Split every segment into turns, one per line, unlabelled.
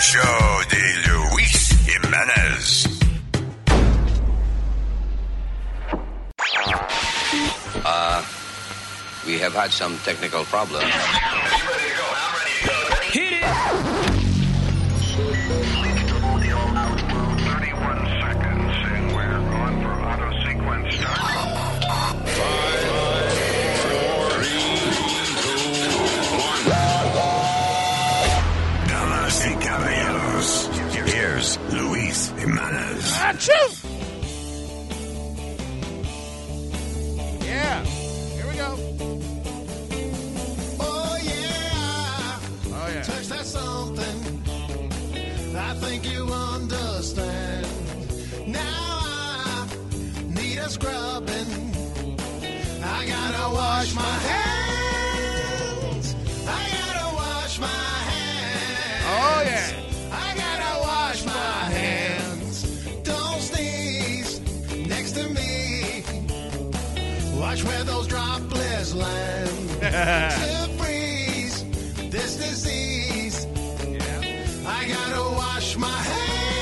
show de Luis Jiménez.
Uh, we have had some technical problems.
Damas y caballeros, here's Luis Jiménez.
Yeah. Here we go.
Oh yeah,
Oh yeah.
touch that something. I think you understand. Now I need a scrubbing. I gotta wash my hands. I gotta wash my hands.
Oh yeah.
I gotta wash my hands. Don't sneeze next to me. Watch where those droplets land. to freeze this disease. I gotta wash my hands.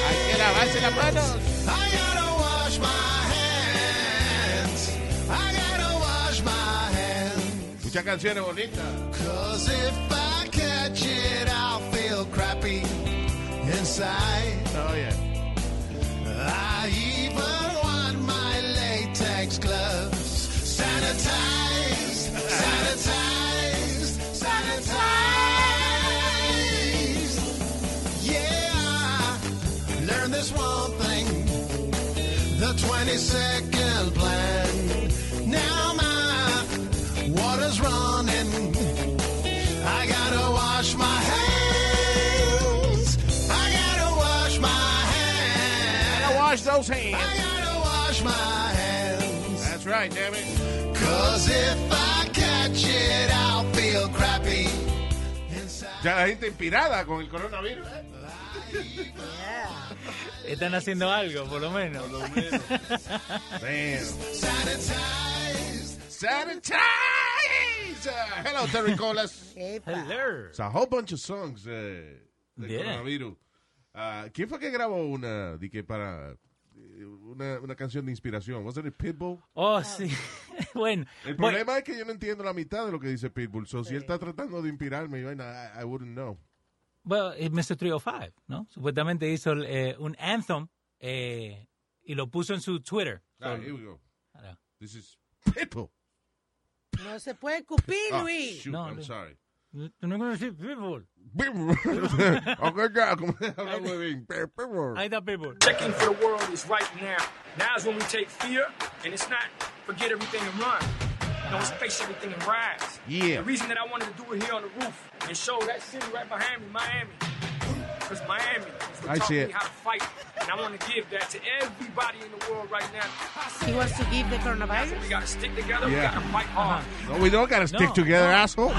Hay que lavarse las manos.
I gotta wash my hands. I gotta wash my hands.
Muchas canciones bonitas.
Cause if I catch it, I'll feel crappy inside.
Oh yeah.
I even want my latex gloves sanitized, sanitized, sanitized. Yeah, I learned this one thing the 20 second plan. Now my water's running. I gotta wash my hands. I gotta wash my hands.
Gotta wash those hands.
I gotta wash my hands.
That's right, damn it.
Cause if I catch it, I'll feel crappy. Inside.
Ya la gente inspirada con el coronavirus. ¿eh?
Están haciendo algo, por lo menos.
Damn.
Sanitized.
Sanitize. Uh, Hello, Terry Colas.
Hello.
It's a whole bunch of songs eh, del
Yeah.
coronavirus. Ah, ¿Quién fue que grabó una, di que para eh, una, una canción de inspiración? ¿Was it Pitbull?
Oh, sí. bueno,
El
voy-
problema es que yo no entiendo la mitad de lo que dice Pitbull. So, si él está tratando de inspirarme, yo, I, I wouldn't know.
bueno, eh, es Mr. 305, ¿no? Supuestamente hizo eh, un anthem eh, y lo puso en su Twitter.
Ah, here we go.
Ahora,
This is Pitbull.
No se puede escupir,
Ah,
Luis.
shoot,
No,
I'm
no.
sorry.
Tú no conoces Pitbull.
Ok, ya, como habla huevín. Pitbull.
Ahí está Pitbull.
checking for the world is right now. Now's when we take fear, and it's not forget everything and run. No, it's face everything and rise. The
Yeah.
reason that I wanted to do it here on the roof and show that city right behind me, Miami. Because Miami is
I
what
see
taught me
it.
how to fight. And I want to give that to everybody in the world right now.
He wants to give the
We
coronavirus.
got to stick together.
Yeah.
We got to fight hard.
No, we don't gotta stick
No.
together, asshole.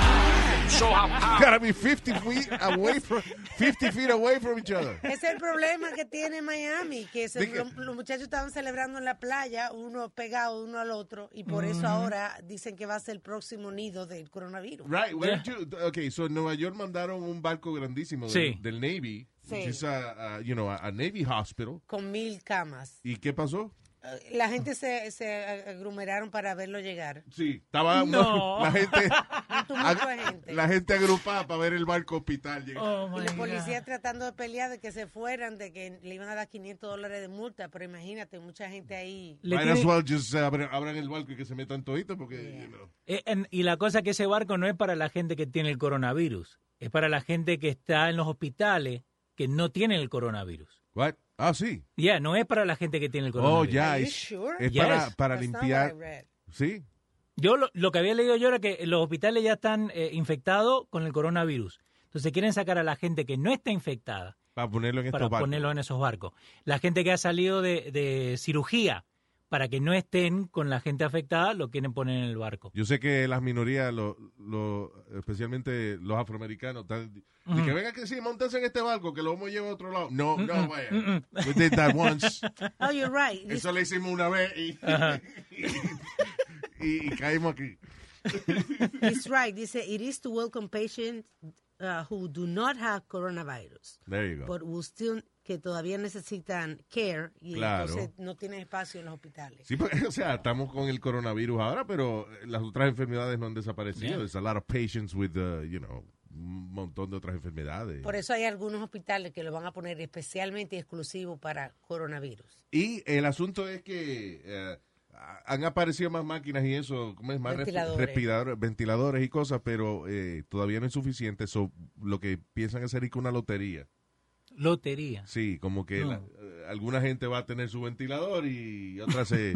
Show how powerful.
Gotta be 50 feet away from 50 feet away from each other.
Es el problema que tiene Miami, que se-
Diga.
lo- los muchachos estaban celebrando en la playa, uno pegado uno al otro, y por
Mm.
eso ahora dicen que va a ser el próximo nido del coronavirus.
Right, where you, okay, so en Nueva York mandaron un barco grandísimo del,
Sí.
del Navy, which
Sí.
is a, a, you know, a, a Navy hospital.
Con mil camas.
¿Y qué pasó?
Eh, La gente se, se aglomeraron para verlo llegar.
Sí, estaba
No.
la gente
Mató mucha gente.
la gente agrupada para ver el barco hospital llegar.
Oh,
Y
my
los
God.
policías tratando de pelear de que se fueran, de que le iban a dar 500 dólares de multa, pero imagínate, mucha gente ahí.
Le
Might
tiene-
as well just uh, abra- abran el barco y que se metan toditos porque, you know.
Eh, en- y la cosa es que ese barco no es para la gente que tiene el coronavirus, es para la gente que está en los hospitales que no tienen el coronavirus.
What? Ah, sí.
Ya, no es para la gente que tiene el
Oh,
coronavirus.
ya.
Are you
Es,
sure?
es
Yes.
para, para
That's not what I
limpiar.
read.
Sí.
Yo lo, lo que había leído yo era que los hospitales ya están eh, infectados con el coronavirus. Entonces quieren sacar a la gente que no está infectada
Para ponerlo en
para
estos barcos.
ponerlo en esos barcos. La gente que ha salido de, de cirugía para que no estén con la gente afectada lo quieren poner en el barco.
Yo sé que las minorías, lo, lo- especialmente los afroamericanos, están. di- di
Mm.
que venga que sí, montense en este barco, que lo vamos a llevar a otro lado. No, no, vaya. We did that once.
Oh, you're right. This-
Eso le hicimos una vez y, y, y caímos aquí.
It's right. Dice, it is to welcome patients uh, who do not have coronavirus,
There you go.
but who still, que todavía necesitan care y
Claro.
entonces no tienen espacio en los hospitales.
Sí, porque, o sea, estamos con el coronavirus ahora, pero las otras enfermedades no han desaparecido.
Yeah.
There's a lot of patients with, uh, you know, un montón de otras enfermedades.
Por eso hay algunos hospitales que lo van a poner especialmente y exclusivo para coronavirus.
Y el asunto es que eh, han aparecido más máquinas y eso, ¿cómo es? Más respi-
Ventiladores.
respirador- ventiladores y cosas, pero eh, todavía no es suficiente. So, lo que piensan hacer es que una lotería.
Lotería.
Sí, como que
No.
la- eh, alguna gente va a tener su ventilador y otra se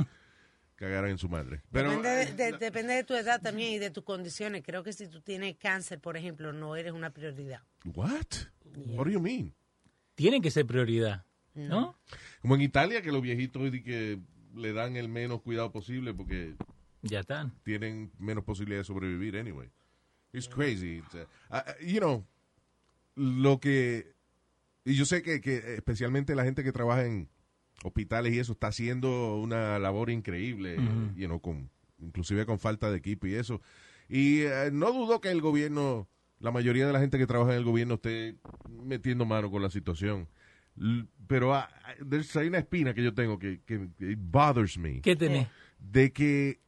cagarán en su madre. Pero
depende,
eh,
de, de- depende de tu edad también y de tus condiciones. Creo que si tú tienes cáncer, por ejemplo, no eres una prioridad.
What? What do you mean?
Tiene que ser prioridad, ¿no?
Como en Italia que los viejitos di que le dan el menos cuidado posible porque
Ya están.
tienen menos posibilidad de sobrevivir anyway. It's crazy. It's, uh, uh, you know, lo que y yo sé que, que especialmente la gente que trabaja en hospitales y eso está haciendo una labor increíble, you know, con inclusive con falta de equipo y eso. Y eh, no dudo que el gobierno, la mayoría de la gente que trabaja en el gobierno esté metiendo mano con la situación. L- Pero ah, ah, there's- hay una espina que yo tengo que, que que it bothers me
¿Qué tenés?
de que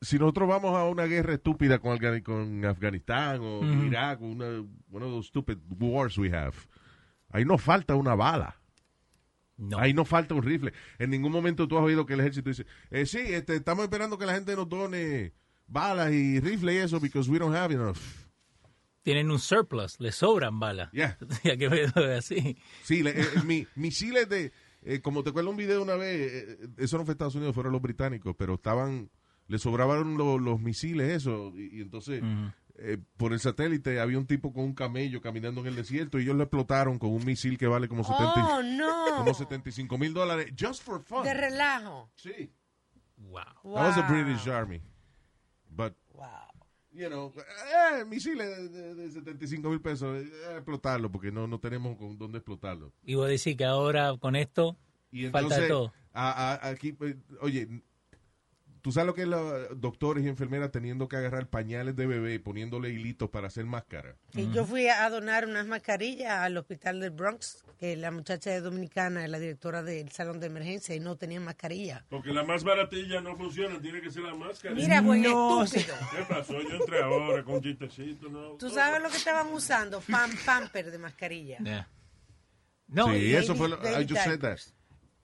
si nosotros vamos a una guerra estúpida con, Afga- con Afganistán o Irak, una, one of those stupid wars we have, ahí no falta una bala.
No.
Ahí no falta un rifle. En ningún momento tú has oído que el ejército dice, eh, sí, este, estamos esperando que la gente nos done balas y rifles y eso, because we don't have enough.
Tienen un surplus, les sobran balas.
Yeah.
Ya que veo así.
Sí, le- eh, eh, mi- misiles de, eh, como te acuerdas un video una vez, eh, eh, eso no fue Estados Unidos, fueron los británicos, pero estaban, le sobraban lo- los misiles, eso, y, y entonces eh, por el satélite había un tipo con un camello caminando en el desierto y ellos lo explotaron con un misil que vale como, 70
¡Oh, no!
como 75 mil dólares, just for fun.
De relajo.
Sí,
Wow.
Wow.
that was the British Army. But,
Wow.
you know, eh, misiles de, de- de 75 mil pesos, eh, explotarlo, porque no, no tenemos con dónde explotarlo.
Y vos decís que ahora con esto
Y entonces,
falta de todo.
a- a- aquí, eh, oye, tú sabes lo que es los doctores y enfermeras teniendo que agarrar pañales de bebé y poniéndole hilitos para hacer máscara.
Que Yo fui a donar unas mascarillas al hospital del Bronx, que la muchacha es dominicana es la directora del salón de emergencia y no tenía mascarilla.
Porque la más baratilla no funciona, tiene que ser la máscara.
Mira, buen
No,
estúpido.
¿Qué pasó? Yo entré ahora con un chistecito, ¿no?
¿Tú sabes lo que estaban usando? Pan, pamper de mascarilla.
Yeah. No,
sí,
y,
eso fue lo
baby
I just said that.
diapers.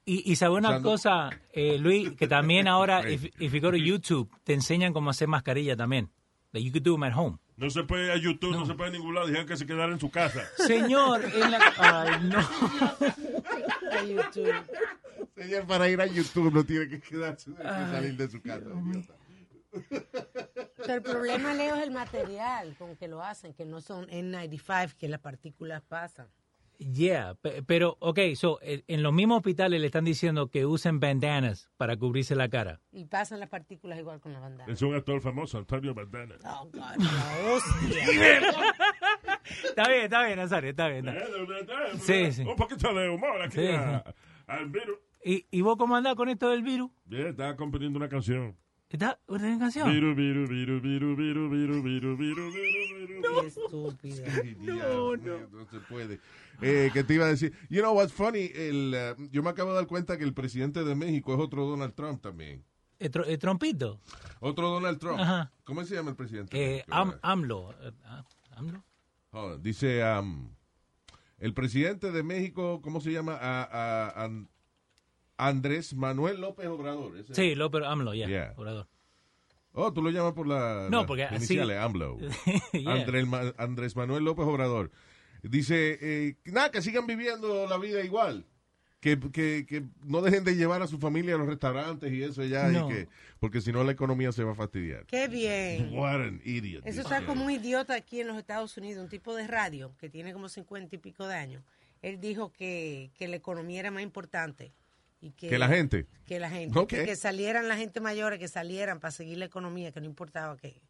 y, y sabe una
usando-
cosa, eh, Luis, que también ahora, if, if you go to YouTube, te enseñan cómo hacer mascarilla también. That you could do them at home.
No se puede ir a YouTube, no. se puede a ningún lado. Dijeron que se quedara en su casa.
Señor, en la... Ay, no.
A YouTube.
Señor, para ir a YouTube no tiene que quedarse, tiene que salir de su casa. idiota.
Pero el problema, Leo, es el material con que lo hacen, que no son N95, que las partículas pasan.
Yeah, pe- pero, ok, so, eh, en los mismos hospitales le están diciendo que usen bandanas para cubrirse la cara.
Y pasan las partículas igual con las bandanas.
Es un actor famoso, Antonio Bandana.
Oh, God, la hostia.
Está bien, está bien, Nazario, está
Eh,
bien. está bien. Sí, sí.
Un poquito de humor aquí
Sí,
a-
sí.
al virus.
¿Y, y vos cómo andás con esto del virus?
Bien, estaba componiendo una canción.
¿Está en canción?
Virus, virus, virus, virus, virus, virus, virus, virus, virus, virus.
Qué estúpido.
no, no. No se puede. Eh, ¿Qué te iba a decir? You know what's funny? El, eh, yo me acabo de dar cuenta que el presidente de México es otro Donald Trump también.
Eh, tro- eh, trompito.
Otro Donald Trump.
Ajá.
¿Cómo se llama el presidente? de
Eh,
México?
am- AMLO. eh, ah, ¿AMLO?
Hold on. Ah, Dice, am, el presidente de México, ¿cómo se llama? A- a- an- Andrés Manuel López Obrador. ese.
Sí, lo, pero AMLO, ya.
Yeah.
Obrador.
Oh, tú lo llamas por la
No,
las
porque así-
iniciales, AMLO.
Yeah.
Andrés, Ma- Andrés Manuel López Obrador. Dice, eh, nada, que sigan viviendo la vida igual. Que, que, que no dejen de llevar a su familia a los restaurantes y eso ya, y
No.
que, porque si no la economía se va a fastidiar.
Qué bien.
What an idiot.
Eso
this
está
guy.
como un idiota aquí en los Estados Unidos, un tipo de radio que tiene como cincuenta y pico de años. Él dijo que, que la economía era más importante. Y que,
Que la gente.
Que la gente.
Ok.
Que salieran la gente mayor, que salieran para seguir la economía, que no importaba qué.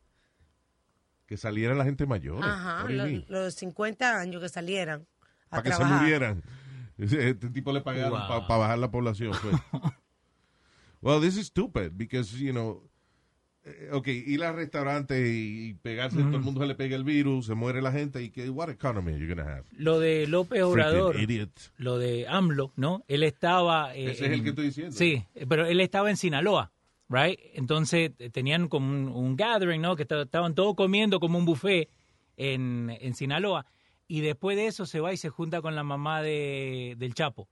Que saliera la gente mayor.
Ajá,
What do you
lo-
mean?
los, 50 años que salieran. a
para que se
trabajar.
murieran. Ese- Este tipo le pagaron
Wow.
para bajar la población. pues. well, this is stupid because, you know, eh, ok, ir a restaurantes y, y pegarse, todo el mundo se le pega el virus, se muere la gente, y que, what economy are you gonna have?
Lo de López Obrador,
Freaking idiot.
lo de AMLO, ¿no? Él estaba... eh,
Ese es el
en-
que estoy diciendo.
Sí, eh, pero él estaba en Sinaloa, right? Entonces eh, tenían como un, un gathering, ¿no? Que esta- estaban todos comiendo como un buffet en, en Sinaloa. Y después de eso se va y se junta con la mamá de, del Chapo.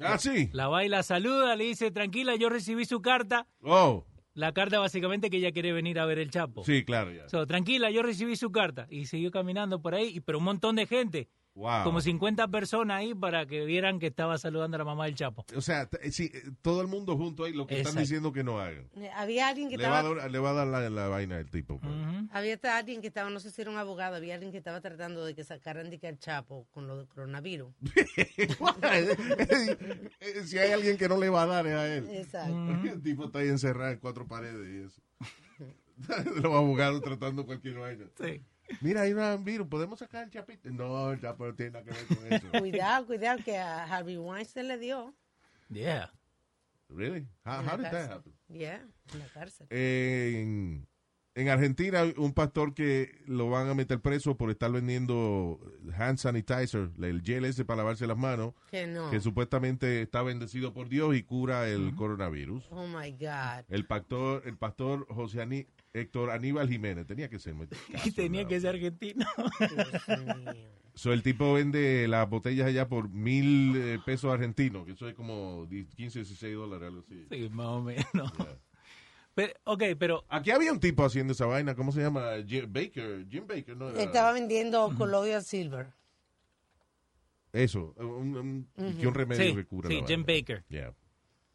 Ah, sí.
La va y la saluda, le dice, tranquila, yo recibí su carta.
Oh,
La carta básicamente que ella quiere venir a ver el Chapo.
sí, claro, ya.
So, tranquila, yo recibí su carta. Y siguió caminando por ahí, y- pero un montón de gente.
Ah,
Wow.
Como 50 personas ahí para que vieran que estaba saludando a la mamá del Chapo.
O sea, t- eh, sí, eh, todo el mundo junto ahí, lo que
Exacto.
están diciendo que no hagan.
Había alguien que
Le va, a
estaba
dar, le va a dar la, la vaina el tipo. pues.
Había ta- alguien que estaba, no sé si era un abogado, había alguien que estaba tratando de que sacaran de que al Chapo con lo del coronavirus.
si hay alguien que no le va a dar es a él.
Exacto.
Porque el tipo está ahí encerrado en cuatro paredes y eso. Los abogados tratando cualquier vaina.
Sí.
Mira, hay un virus, ¿podemos sacar el chapito? No, el chapo no tiene nada que ver con eso.
Mm. Cuidado, cuidado, que a Harvey Weinstein le dio.
Yeah.
really? How, how did that happen?
Yeah, en la cárcel.
En, en Argentina, un pastor que lo van a meter preso por estar vendiendo hand sanitizer, el gel ese para lavarse las manos,
Que no.
Ah.
que supuestamente está bendecido por Dios y cura el coronavirus.
Oh my God.
El pastor, el pastor José Aní- Héctor Aníbal Jiménez, tenía que ser. me-
Y
caso,
tenía
¿verdad?
que ser argentino.
Dios mío.
So, el tipo vende las botellas allá por mil eh, pesos argentinos, que eso es como 10, 15, 16 dólares, algo así.
Sí, más o menos. Pero, ok, pero
Aquí había un tipo haciendo esa vaina, ¿cómo se llama? Jim Baker, Jim Baker, ¿no? Era-
Estaba vendiendo Colloidal Silver.
Eso, un, un- que un remedio
Sí,
que cura.
sí,
la
Jim
vaina.
Baker.
Yeah.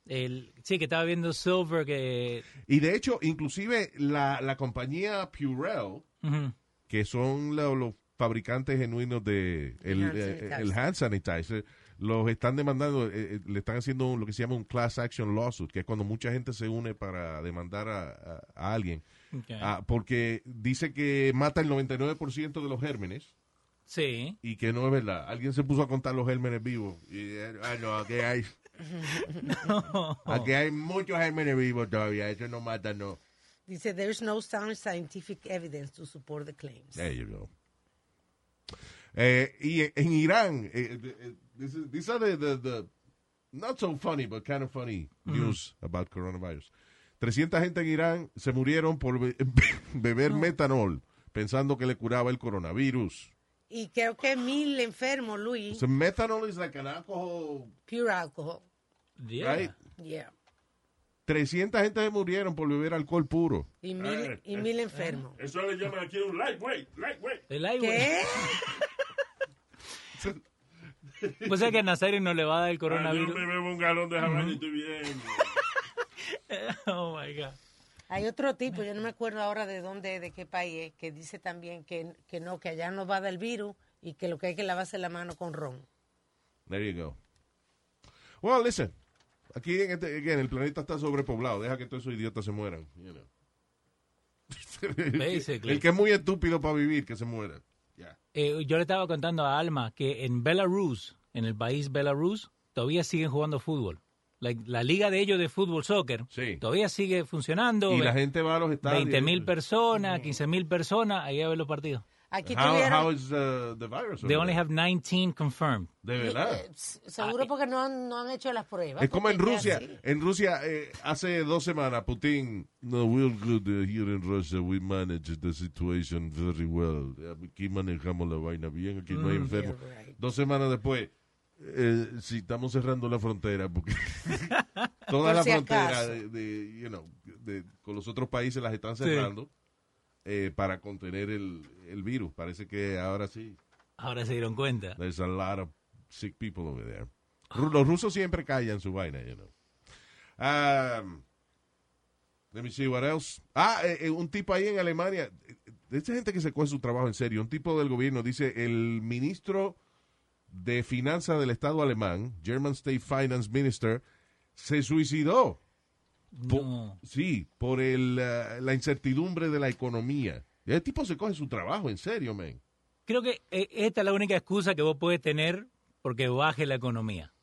el, sí que estaba viendo Silver que...
Y de hecho, inclusive la, la compañía Purell,
Ujú.
que son lo- los fabricantes genuinos de el,
Hand
eh,
sanitizer.
el hand sanitizer, los están demandando, eh, eh, le están haciendo un- lo que se llama un class action lawsuit, que es cuando mucha gente se une para demandar a, a- a alguien,
Ok.
Ah, porque dice que mata el 99% de los gérmenes.
Sí.
Y que no es verdad. Alguien se puso a contar los gérmenes vivos. Y, eh, ah, no, aquí hay, aquí hay muchos gérmenes vivos todavía. Eso no mata, no.
Dice, there is no sound scientific evidence to support the claims.
There you go. Eh, y en Irán, eh, eh, this is- these are the, the- the not so funny, but kind of funny news about coronavirus. 300 gente en Irán se murieron por be- beber metanol, pensando que le curaba el coronavirus.
Y creo que mil enfermos, Luis,
So metanol is like an alcohol,
pure alcohol.
Yeah.
right?
Yeah.
300 gente se murieron por beber alcohol puro.
Y mil, y mil enfermos.
Eso le llaman aquí un lightweight, lightweight.
El highway.
¿Qué?
O sea Pues que a Nazario no le va a dar el
Ah, Yo me
coronavirus.
bebo un galón de jabón y estoy bien.
Oh, my God.
Hay otro tipo, yo no me acuerdo ahora de dónde, de qué país es, que dice también que, que no, que allá no va a dar el virus y que lo que hay que lavarse la mano con ron.
There you go. Well, listen. Aquí en este- again, el planeta está sobrepoblado. Deja que todos esos idiotas se mueran. you know.
Basically.
el que es muy estúpido para vivir, que se muera. Ya.
Eh, yo le estaba contando a Alma que en Belarus, en el país Belarus, todavía siguen jugando fútbol. La, la liga de ellos de fútbol soccer
Sí.
todavía sigue funcionando.
Y la gente va a los estadios.
20 mil personas, 15 mil personas, ahí a ver los partidos.
Aquí tuvieron,
How, how is uh, the virus?
They only have 19 confirmed.
De verdad.
eh, s- seguro porque no han, no han hecho las pruebas.
Es como en
porque
Rusia.
así.
En Rusia, eh, hace dos semanas, Putin. No, we're good uh, here in Russia. We manage the situation very well. Eh, Aquí manejamos la vaina bien. Aquí no hay enfermos.
Mm, you're right.
Dos semanas después, eh, si estamos cerrando la frontera, porque todas
Por
las
si
fronteras
acaso.
de, de, you know, de- con los otros países las están cerrando eh, para contener el, el virus. Parece que ahora sí.
Ahora se dieron cuenta.
There's a lot of sick people over there. Ru- Los rusos siempre callan su vaina, you know. Um, let me see what else. Ah, eh, eh, un tipo ahí en Alemania. eh, De esta gente que se coge su trabajo en serio. Un tipo del gobierno dice: el ministro de finanzas del Estado alemán, German State Finance Minister, se suicidó. Po-
No.
Sí, por el, eh, la incertidumbre de la economía. El tipo se coge su trabajo en serio, man.
Creo que eh, esta es la única excusa que vos puedes tener porque baje la economía.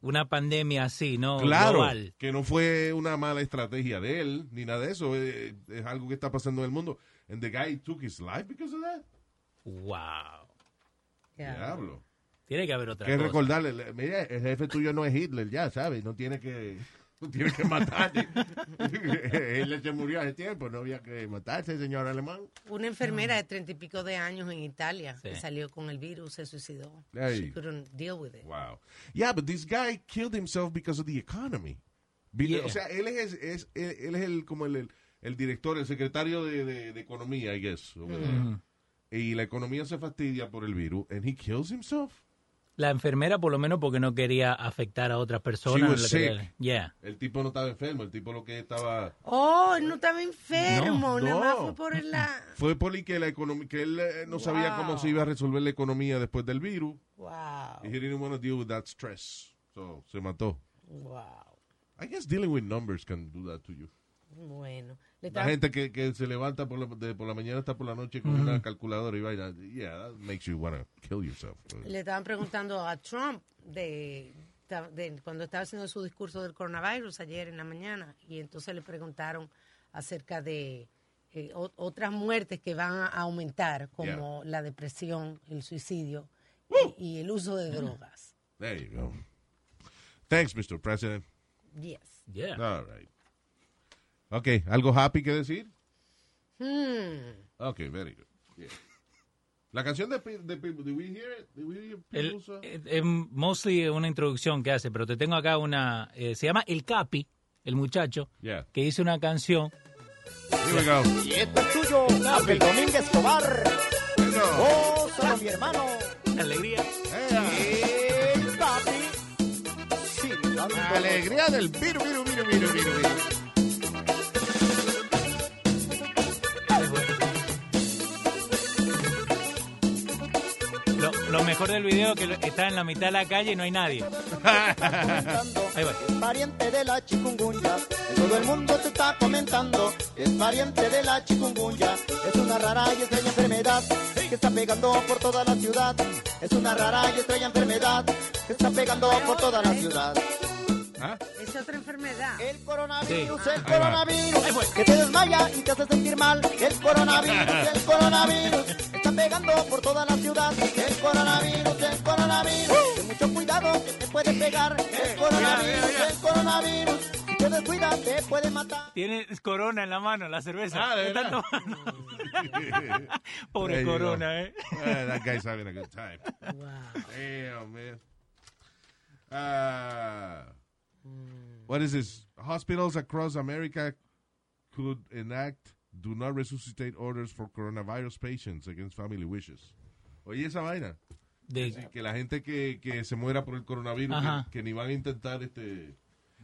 una pandemia así, ¿no?
Claro,
Global.
que no fue una mala estrategia de él, ni nada de eso. eh, Es, algo que está pasando en el mundo. And the guy took his life because of that.
Wow.
Ya.
Diablo.
Tiene que haber otra
Que
cosa.
recordarle, le- mira, el jefe tuyo no es Hitler, ya sabes, no tiene que, no tiene que matarle. Hitler se murió hace tiempo, no había que matarse, señor alemán.
Una enfermera de treinta y pico de años en Italia que
Sí.
salió con el virus, se suicidó.
Ey.
She couldn't deal with it.
Wow. Yeah, but this guy killed himself because of the economy. Be-
Yeah.
O sea, él es, es- él, él es el, como el, el, el director, el secretario de, de- de economía, I guess. over there. Y la economía se fastidia por el virus, and he kills himself.
La enfermera, por lo menos, porque no quería afectar a otras personas.
She was
no quería-
sick.
Yeah.
El tipo no estaba enfermo, el tipo lo que estaba...
Oh, él no estaba enfermo,
No,
nada más
no.
fue por el la.
Fue por el que la economía, que él eh, no sabía cómo se iba a resolver la economía después del virus.
Wow,
Y he didn't want to deal with that stress. So, se mató.
wow.
I guess dealing with numbers can do that to you.
Bueno, le
La
estaba-
gente que, que se levanta por la, de por la mañana hasta por la noche con una calculadora y vaina. Yeah, that makes you want to kill yourself.
le estaban preguntando a Trump de, de cuando estaba haciendo su discurso del coronavirus ayer en la mañana y entonces le preguntaron acerca de eh, o- otras muertes que van a aumentar como la depresión, el suicidio y, y el uso de drogas.
There you go. Thanks, Mr. President.
Yes.
Yeah.
All right. Okay, ¿algo happy que decir?
Hmm.
Okay, very good. Yeah. La canción de, Pi- de Pitbull, did we hear it? Did we hear
El-
Pitbull's, uh,
eh, eh, mostly una introducción que hace, pero te tengo acá una. eh, se llama El Capi, el muchacho,
Yeah.
que hizo una canción.
Here we go.
Y esto es tuyo, Abel Domínguez Escobar.
Eso.
Oh, solo mi hermano.
Alegría.
Eh,
El papi. Sí,
la alegría del viru, viru, viru, viru, viru, viru.
Lo, lo mejor del video que lo- está en la mitad de la calle y no hay nadie.
comentando.
Ahí va.
Es pariente de la chikungunya. En todo el mundo te está comentando. Es pariente de la chikungunya. Es una rara y extraña enfermedad que está pegando por toda la ciudad. Es una rara y extraña enfermedad que está pegando por toda la ciudad.
¿Ah?
Es otra enfermedad.
El coronavirus, el
Ahí va.
coronavirus, pues, que te desmaya y te hace sentir mal. El coronavirus, el coronavirus, está pegando por toda la ciudad. El coronavirus, el coronavirus, ten mucho cuidado que te puede pegar. El coronavirus, el coronavirus, si te descuidas te puede matar.
Tiene corona en la mano, la cerveza.
Ah, ¿de
Está
verdad?
tomando. Pobre
There you go.
corona, ¿eh?
Ah, that guy's having a good time. Damn, man. Uh, what is this? Hospitals across America could enact do not resuscitate orders for coronavirus patients against family wishes. Oye, esa vaina.
De-
Que la gente que, que se muera por el coronavirus,
Ajá.
que, que ni van a intentar este.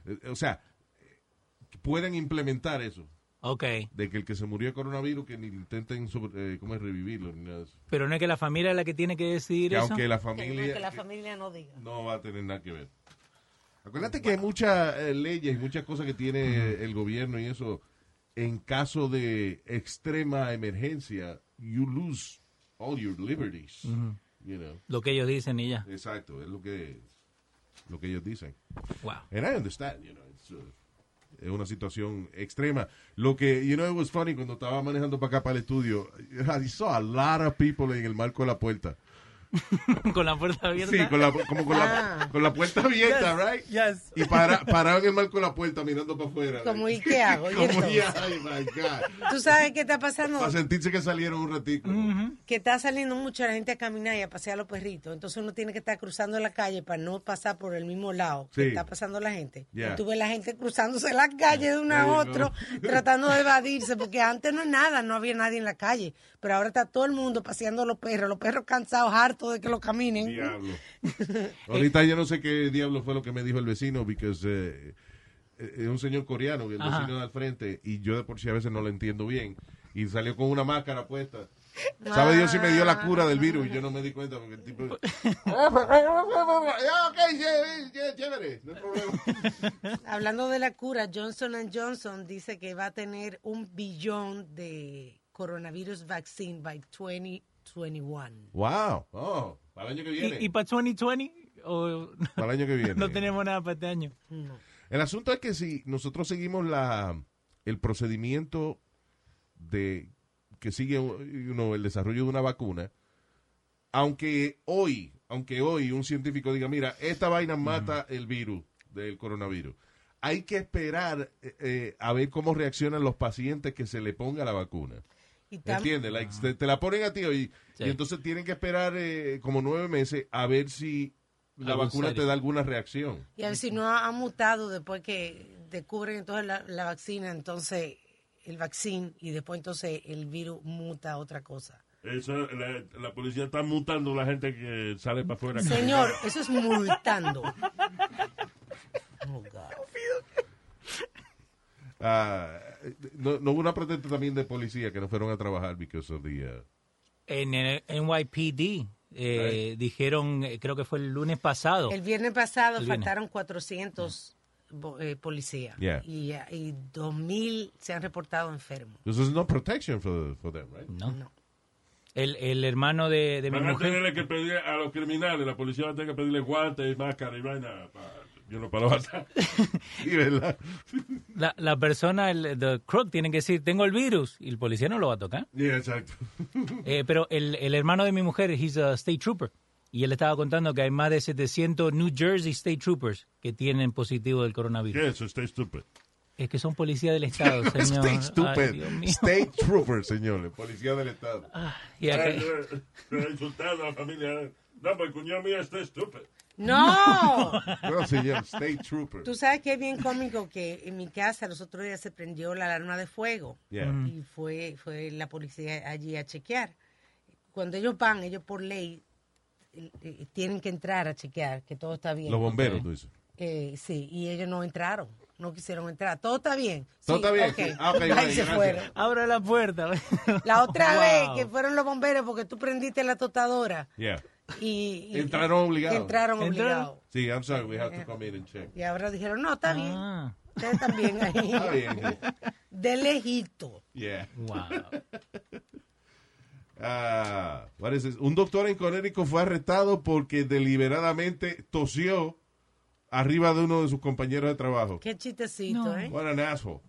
eh, O sea, eh, pueden implementar eso.
ok.
De que el que se murió de coronavirus, que ni intenten sobre- eh, ¿cómo es? revivirlo, ni nada de eso.
Pero no es que la familia es la que tiene que decidir
Que
eso.
aunque la
Que
familia. eh,
no, que la familia no diga.
No va a tener nada que ver. Acuérdate que hay muchas eh, leyes y muchas cosas que tiene eh, el gobierno y eso. En caso de extrema emergencia, you lose all your liberties. You know.
Lo que ellos dicen y ya.
Exacto, es lo que, lo que ellos dicen.
Wow.
And I understand, you know, it's, uh, es una situación extrema. Lo que, you know, it was funny cuando estaba manejando para acá para el estudio. I saw a lot of people en el marco de la puerta.
con la puerta abierta.
Sí, con la, como con la, con la puerta abierta, right?
Yes.
Y para, parado en el marco de la puerta mirando para afuera.
Como,
like,
¿y qué hago? ¿Y
como,
esto?
yeah, ay, my God.
¿Tú sabes qué está pasando?
Para sentirse que salieron un ratico.
que está saliendo mucha gente a caminar y a pasear a los perritos. Entonces uno tiene que estar cruzando la calle para no pasar por el mismo lado
Sí.
que está pasando la gente.
Yeah.
Y Tú ves la gente cruzándose las calles de uno a
There you
otro,
go.
tratando de evadirse, porque antes no es nada, no había nadie en la calle. Pero ahora está todo el mundo paseando a los perros, los perros cansados, hartos de que los caminen.
Diablo. Ahorita yo no sé qué diablo fue lo que me dijo el vecino, because eh, eh, es un señor coreano, el
Ajá.
vecino de al frente, y yo de por sí a veces no lo entiendo bien. Y salió con una máscara puesta. ¿Sabe Dios si me dio la cura del virus? Y yo no me di cuenta porque el tipo... Ah, ok, yeah, yeah, chévere, no hay problema.
Hablando de la cura, Johnson Johnson dice que va a tener un billón de coronavirus vaccine by 2021.
Wow. Oh, para el año que viene.
¿Y, y para 2020? o
Para el año que viene.
no tenemos nada para este año.
El asunto es que si nosotros seguimos la el procedimiento de que sigue you know, el desarrollo de una vacuna, aunque hoy, aunque hoy un científico diga, mira, esta vaina mata el virus del coronavirus, hay que esperar eh, eh, a ver cómo reaccionan los pacientes que se le ponga la vacuna.
Y tam-
¿Entiendes? Like, te, te la ponen a ti hoy
Sí.
y entonces tienen que esperar eh, como nueve meses a ver si la
Algo
vacuna
serio.
te da alguna reacción.
Y a ver si no ha, ha mutado después que descubren entonces la, la vacuna, entonces el vaccine y después entonces el virus muta a otra cosa.
Eso, la, la policía está mutando la gente que sale para afuera.
Señor, eso es multando. Oh, God.
Ah, no, no hubo una protesta también de policía que no fueron a trabajar because of the, uh,
En el NYPD eh, dijeron, eh, creo que fue el lunes pasado.
El viernes pasado
Oh, El viernes.
faltaron 400 bo- eh, policías
Yeah.
y, eh, y 2.000 se han reportado enfermos.
this is no protection for, for them, right?
¿no? El, el hermano de, de mi
Van a
mujer.
tener que pedir a los criminales, la policía va a tener que pedirle guantes, máscara y vaina para, yo no para los ataques.
Y, ¿verdad?
La, la persona, el the crook, tiene que decir, tengo el virus, y el policía no lo va a tocar.
Yeah, exacto. Mm.
Eh, pero el, el hermano de mi mujer, he's a state trooper, y él estaba contando que hay más de 700 New Jersey state troopers que tienen positivo del coronavirus.
¿Qué es eso? Está estúpido.
Es que son policías del Estado, señor.
State
Ay,
stupid.
Dios mío.
State trooper, señores. Policía del Estado.
Y acá-
Insultando a la familia. No, pues cuñado mío está estúpido.
¡No!
No, señor. State trooper.
Tú sabes que es bien cómico que en mi casa los otros días se prendió la alarma de fuego
Yeah.
Mm.
y fue, fue la policía allí a chequear. Cuando ellos van, ellos por ley eh, eh, tienen que entrar a chequear que todo está bien.
Los bomberos, tú dices.
Eh, sí, y ellos no entraron, no quisieron entrar. Todo está bien.
Todo
Sí,
está bien,
ok.
sí. Ah, ok,
Ahí
vale,
se
gracias.
fueron.
Abra la puerta.
La otra
Wow.
vez que fueron los bomberos porque tú prendiste la tostadora
Yeah.
y, y-
Entraron obligados.
Entraron
Entraron.
obligados.
Sí, I'm sorry. We have to come in and check.
Y ahora dijeron, no, está bien.
Ah,
Ustedes también ahí.
Está bien. sí.
De lejito.
Yeah.
wow.
Ah, what is this? Un doctor en Connecticut fue arrestado porque deliberadamente tosió arriba de uno de sus compañeros de trabajo.
Qué chistecito,
No.
¿eh?
What an asshole.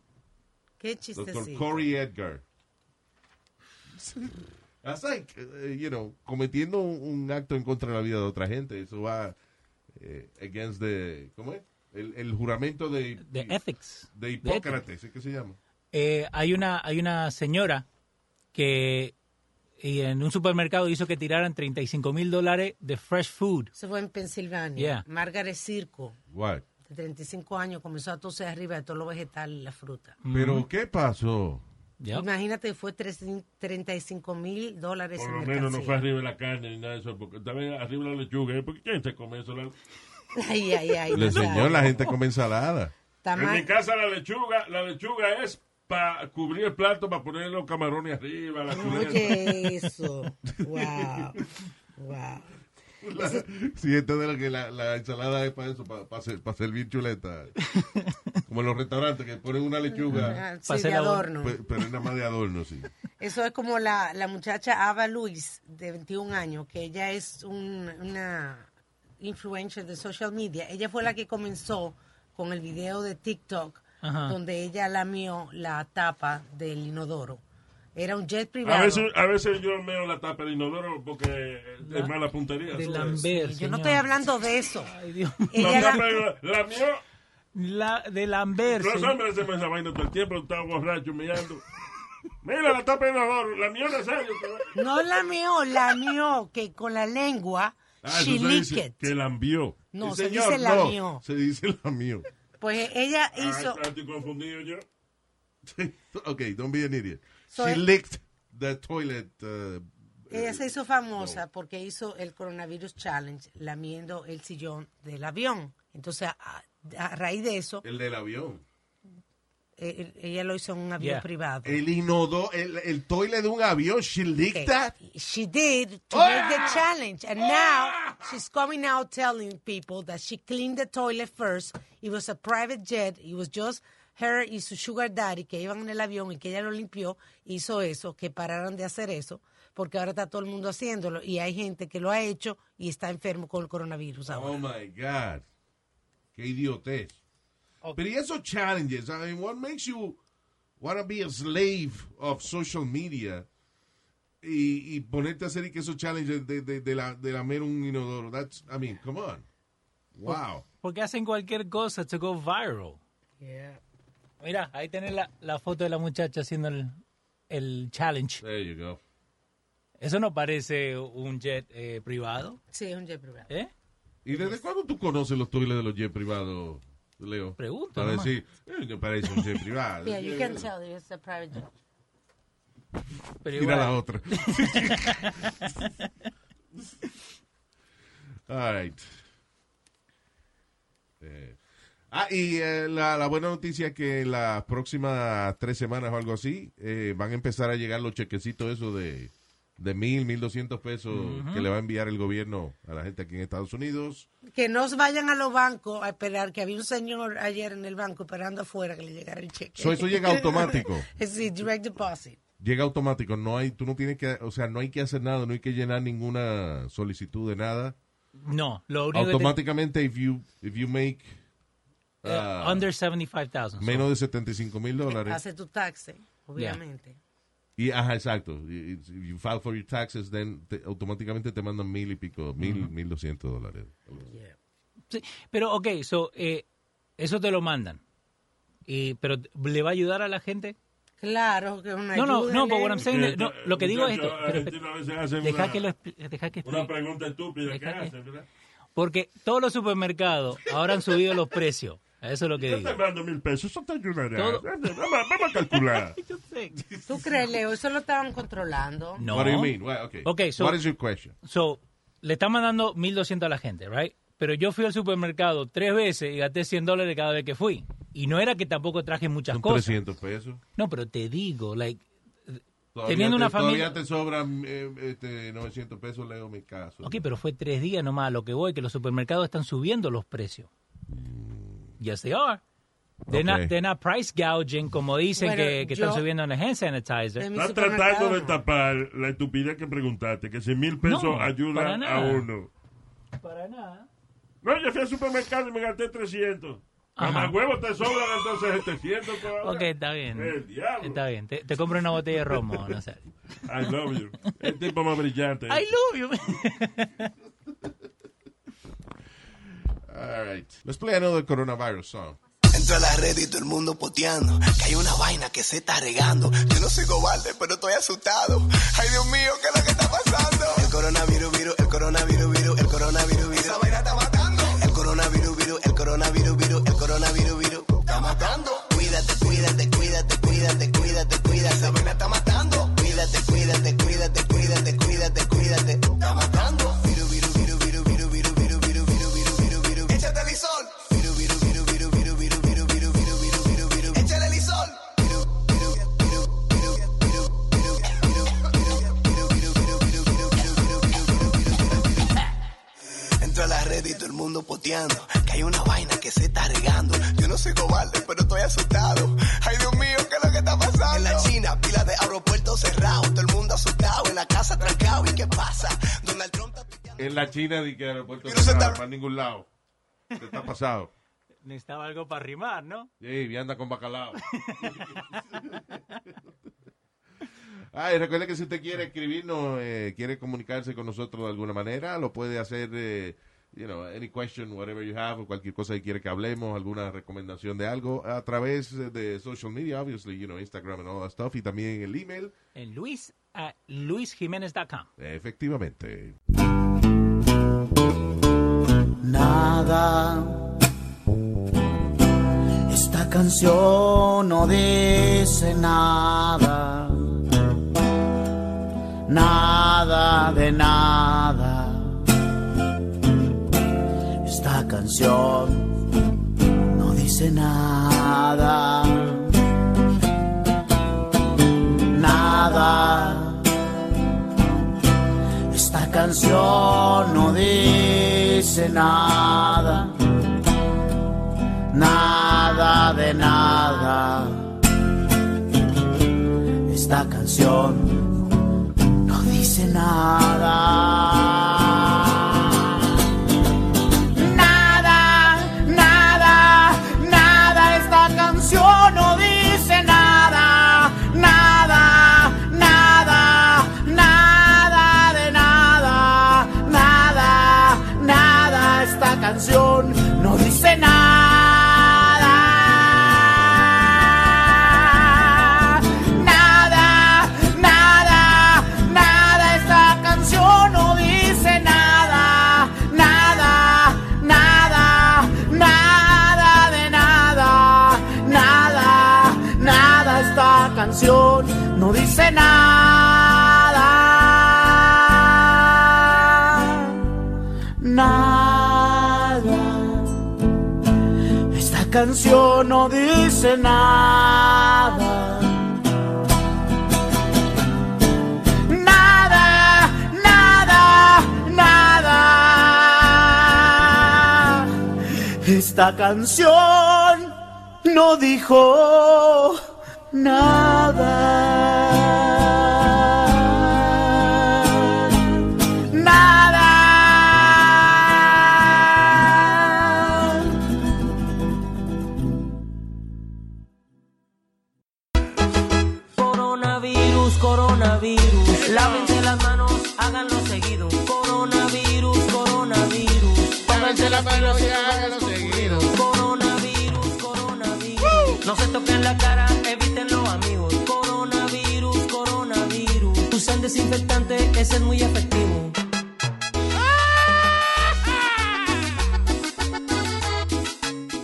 Qué
Doctor
chistecito.
Corey Edgar. That's like, eh, you know, cometiendo un, un acto en contra de la vida de otra gente. Eso va eh, against the, ¿cómo es? El, el juramento de,
De ethics.
de
De ética.
Hipócrates, ¿sí que se llama?
Eh, hay, una, hay una señora que y en un supermercado hizo que tiraran 35 mil dólares de fresh food.
Eso fue en Pensilvania.
Yeah.
Margaret Circo,
What?
de 35 años, comenzó a toser arriba de todos los vegetales y la fruta.
Pero, ¿qué pasó?
Yep.
Imagínate, fue tres- 35 mil dólares
Por
en
lo menos no fue
mercancía.
arriba de la carne ni nada de eso. Porque también arriba de la lechuga. ¿eh? Porque ¿quién se come eso? La-
Ay, ay, ay.
Le
Nazario.
enseñó la gente come ensalada.
Está
En
mal.
mi casa la lechuga, la lechuga es para cubrir el plato, para poner los camarones arriba, la culebra.
Oye, eso. Wow. Wow.
La- sí, esto de lo que la, la ensalada es para eso, para, para, ser- para servir chuleta. Como en los restaurantes que ponen una lechuga,
Ah, sí,
Pase
de
la voz.
adorno.
pe- pero es nada más de adorno, sí.
Eso es como la, la muchacha Ava Luis, de 21 años, que ella es un- una influencer de social media. Ella fue la que comenzó con el video de TikTok,
Ajá.
donde ella lamió la tapa del inodoro. Era un jet privado.
A veces, a veces yo meo la tapa del inodoro porque es mala puntería.
De
¿sabes?
Yo
lamber,
no
señor.
estoy hablando de eso.
Ay, Dios.
Ella
La
la-
tapa de- la mío,
La, de Lambert.
los
señor.
hombres hacen esa vaina todo el tiempo, estaba borracho, mirando. Mira la tapa del inodoro, la mía no sale.
No lamió, lamió, que con la lengua,
Ah,
Ah,
she licked it.
que la envió.
No,
Sí,
se
señor,
dice
no,
lamió.
Se dice la mío.
Pues ella
Ah,
hizo...
estoy confundido yo.
ok, don't be an idiot.
So
She
it-
licked the toilet. uh,
Ella
eh,
se hizo famosa porque hizo el coronavirus challenge lamiendo el sillón del avión. Entonces, a, a raíz de eso,
el del avión.
eh, ella lo hizo en un avión
Yeah.
privado.
El inodoro, el, el toilet de un avión, she licked
Okay.
that.
She did to make the challenge, and now she's coming out telling people that she cleaned the toilet first. It was a private jet. It was just her y su sugar daddy que iban en el avión y que ella lo limpió. Hizo eso, que pararon de hacer eso. porque ahora está todo el mundo haciéndolo y hay gente que lo ha hecho y está enfermo con el coronavirus
Oh
ahora.
my God. Qué idiotez.
Ok.
Pero y esos challenges, I mean, what makes you want to be a slave of social media y, y ponerte a hacer y que esos challenges de, de, de la, de lamer un inodoro? That's, I mean, come on. Wow.
Porque hacen cualquier cosa to go viral.
Yeah.
Mira, ahí tenés la, la foto de la muchacha haciendo el, el challenge.
There you go.
Eso no parece un jet eh, privado,
Sí, es un jet privado.
¿eh?
¿Y desde cuándo tú conoces los toiles de los jets privados, Leo?
Pregunto
Para
nomás.
decir, eh, me parece un jet privado.
Yeah, you can tell that it's a private jet.
Pero
Mira
igual,
la otra. All right. Eh, ah, y eh, la, la buena noticia es que en las próximas tres semanas o algo así eh, van a empezar a llegar los chequecitos esos de, de mil, mil doscientos pesos que le va a enviar el gobierno a la gente aquí en Estados Unidos.
Que no se vayan a los bancos a esperar, que había un señor ayer en el banco esperando afuera que le llegara el cheque.
So, eso llega automático.
sí, direct deposit.
Llega automático, no hay, tú no tienes que, o sea, no hay que hacer nada, no hay que llenar ninguna solicitud de nada.
No, lo único que te-
Automáticamente, if you, if you make
eh,
ah,
under 75,000.
menos de 75 mil dólares.
Hace tu taxi, obviamente.
Y, ajá, exacto. Y- y- If you file for your taxes, then te- automáticamente te mandan mil y pico, mil, mil doscientos dólares.
Sí, pero ok, so, eh, eso te lo mandan. Y, pero ¿le va a ayudar a la gente?
Claro, que es una
No, no,
ayuda,
no, but
Leo.
what I'm saying-
Eh,
Que-
no, lo que digo es esto,
muchachos,
pero-
argentinos a veces hacen
Deja
una-
que lo expli- deja que
Una
explique.
pregunta estúpida que
Deja que-
hacen, ¿verdad?
Porque todos los supermercados ahora han subido los precios. Eso es lo que
Yo
digo.
te mando mil pesos, eso te ayudará.
Todo-
Vamos, vamos a calcular.
¿Tú crees, Leo? Eso lo estaban controlando.
No.
What do you mean? Well, okay.
Okay, so-
What is your question?
So, le están mandando 1.200 a la gente, right? Pero yo fui al supermercado tres veces y gasté 100 dólares cada vez que fui. Y no era que tampoco traje muchas
Son
cosas.
300 pesos.
No, pero te digo, like,
Todavía te-
Teniendo una familia-
Todavía te sobran eh, este, 900 pesos, leo mi caso.
ok, pero fue tres días nomás a lo que voy, que los supermercados están subiendo los precios.
Mm.
Yes, they are. They're,
Ok.
not, they're not price gouging, como dicen
Bueno,
que, que
yo-
están subiendo en el hand
De
sanitizer.
mi
Estás
supermercado,
tratando de
no.
tapar la estupidez que preguntaste, que si mil pesos
No, para
ayudan
nada.
a uno.
Para nada.
No, yo fui al supermercado y me gasté 300.
Ajá.
Mamá huevo te sobran entonces 700 todavía.
Ok, está bien.
El diablo.
Está bien. Te, te compro una botella de romo, no sé.
I love you. El tipo más brillante.
I love you.
All right. Let's play another coronavirus song.
Entro a la red y todo el mundo poteando. Que hay una vaina que se está regando. Yo no soy cobarde, pero estoy asustado. Ay, Dios mío, ¿qué es lo que está pasando? El coronavirus, virus, el coronavirus, virus, el coronavirus, virus. Esa vaina está matando. El coronavirus, virus, el coronavirus, virus, el coronavirus, virus. Está matando. Cuídate, cuídate, cuídate, cuídate, cuídate, cuídate. Esa vaina está matando. Cuídate, cuídate, cuídate, cuídate, cuídate, cuídate. Está matando. Virus, virus, virus, virus, virus, virus, virus, virus, virus, virus, virus, virus. Échate el sol. Virus, virus, virus, virus, virus, virus, virus, virus, virus, virus, virus, virus. Échale el sol. Virus, virus, virus, virus, virus, virus, virus, virus, virus, virus, virus, virus, virus, virus, virus, virus, virus, virus, virus. Entro a la red y todo el mundo poteando. Que hay una vaina que se está regando. Yo no soy cobarde, pero estoy asustado. Ay, Dios mío, ¿qué es lo que está pasando? En la China, pila de aeropuertos cerrados. Todo el mundo asustado. En la casa trancado. ¿Y qué pasa? Donald Trump está tuiteando.
En la China, di que aeropuerto
Pero se
cerrado,
está-
para ningún lado. Te está pasado.
Necesitaba algo para rimar, ¿no?
Sí, vianda con bacalao. Ay, recuerde que si usted quiere escribirnos, eh, quiere comunicarse con nosotros de alguna manera, lo puede hacer, eh, you know, any question, whatever you have, o cualquier cosa que quiere que hablemos, alguna recomendación de algo, a través eh, de social media, obviously, you know, Instagram and all that stuff, y también el email,
En Luis a luisjiménez.com.
eh, efectivamente.
Nada. Esta canción no dice nada. Nada de nada. Esta canción no dice nada. Nada. Esta canción no dice nada, nada de nada. Esta canción no dice dice nada. Nada, nada, nada, esta canción no dice nada, nada, nada, nada de nada, nada, nada, esta canción no dice nada. Nada, nada, nada, esta canción no dice nada, nada, nada, nada de nada, nada, nada, esta canción no dice nada. Nada. Esta canción no dice nada. Nada, nada, nada. Esta canción no dijo nada. Nada.
Coronavirus, coronavirus. Lávense las manos, háganlo seguido. Coronavirus, coronavirus. Lávense las manos y háganlo seguido. Coronavirus, coronavirus. No se toquen la cara, evítenlo, amigos. Coronavirus, coronavirus. Usan desinfectante, ese es muy efectivo.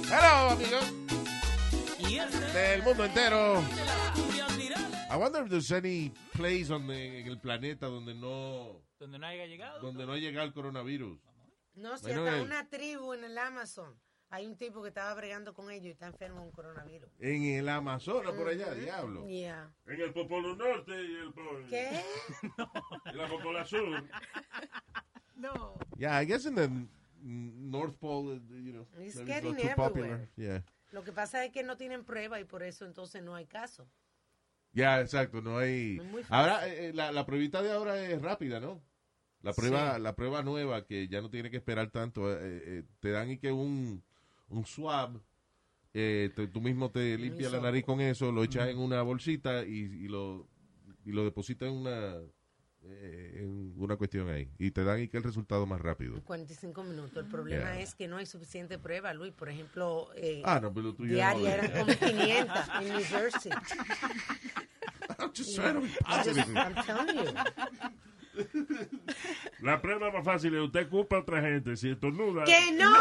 Hello, amigos. Del mundo entero. I wonder if there's any place on the- en el planeta donde no,
Donde no haya llegado.
donde no ha llegado el coronavirus.
No, si
Bueno,
hasta
eh.
el-
una tribu en el Amazon. Hay un tipo que estaba bregando con ellos y está enfermo con coronavirus.
En el Amazonas, por allá, diablo.
Yeah.
En el Popolo Norte y, el, po-
¿Qué?
y la Popolo Sur.
No.
Yeah, I guess in the North Pole, uh, you know,
It's
maybe
getting
not too
everywhere.
popular. Yeah.
Lo que pasa es que no tienen prueba y por eso entonces no hay caso.
Ya, exacto, no hay...
Es muy fácil.
Ahora, eh, eh, la, la pruebita de ahora es rápida, ¿no? La prueba, la prueba nueva, que ya no tiene que esperar tanto, eh, eh, te dan y que un, un swab, eh, te- tú mismo te limpias la
hizo.
nariz con eso, lo echas en una bolsita y, y lo, y lo depositas en una, eh, en una cuestión ahí. Y te dan y que el resultado más rápido.
45 minutos. El problema
Yeah.
es que no hay suficiente prueba, Luis. Por ejemplo, eh,
Ah, no, pero lo tuyo... no Ah,
diaria
es-
eran como 500 en New Jersey.
I'm just trying to be
I'm just-
positive.
I'm telling you.
La prueba más fácil es usted culpa a otra gente. Si estornuda,
¡Que no!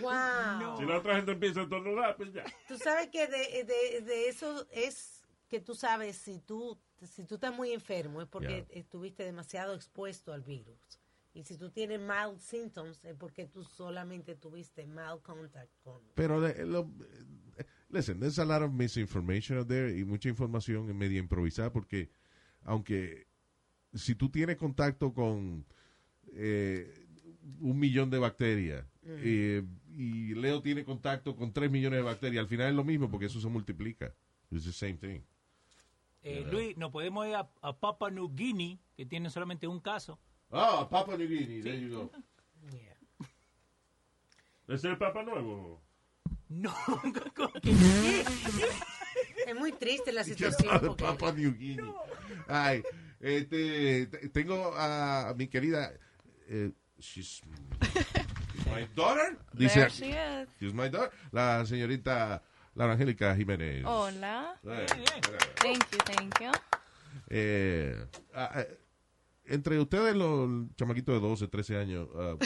¡Wow!
si la otra gente empieza a estornudar, pues ya.
Tú sabes que de, de- de eso es que tú sabes si tú si tú estás muy enfermo es porque estuviste demasiado expuesto al virus. Y si tú tienes mild symptoms es porque tú solamente tuviste mild contact con
Pero, de- lo- eh, listen, there's a lot of misinformation out there y mucha información en media improvisada porque, aunque si tú tienes contacto con eh, un millón de bacterias eh, y Leo tiene contacto con tres millones de bacterias, al final es lo mismo porque eso se multiplica. It's the same thing.
Eh, Luis, nos podemos ir a, a Papua New Guinea, que tiene solamente un caso.
Ah, Papua New Guinea, there you go.
Ese es el Papa Nuevo.
No,
Es muy triste la
Just
situación
out of
porque
Papua New Guinea. Ay, este, t- tengo a, mi querida. eh, she's my daughter. Dice,
There she is.
she's my daughter. La señorita Laura Angélica Jiménez.
Oh. Hola.
Eh,
Thank you, thank you.
eh, ah, eh, entre ustedes, los chamaquitos de 12, 13 años. ah,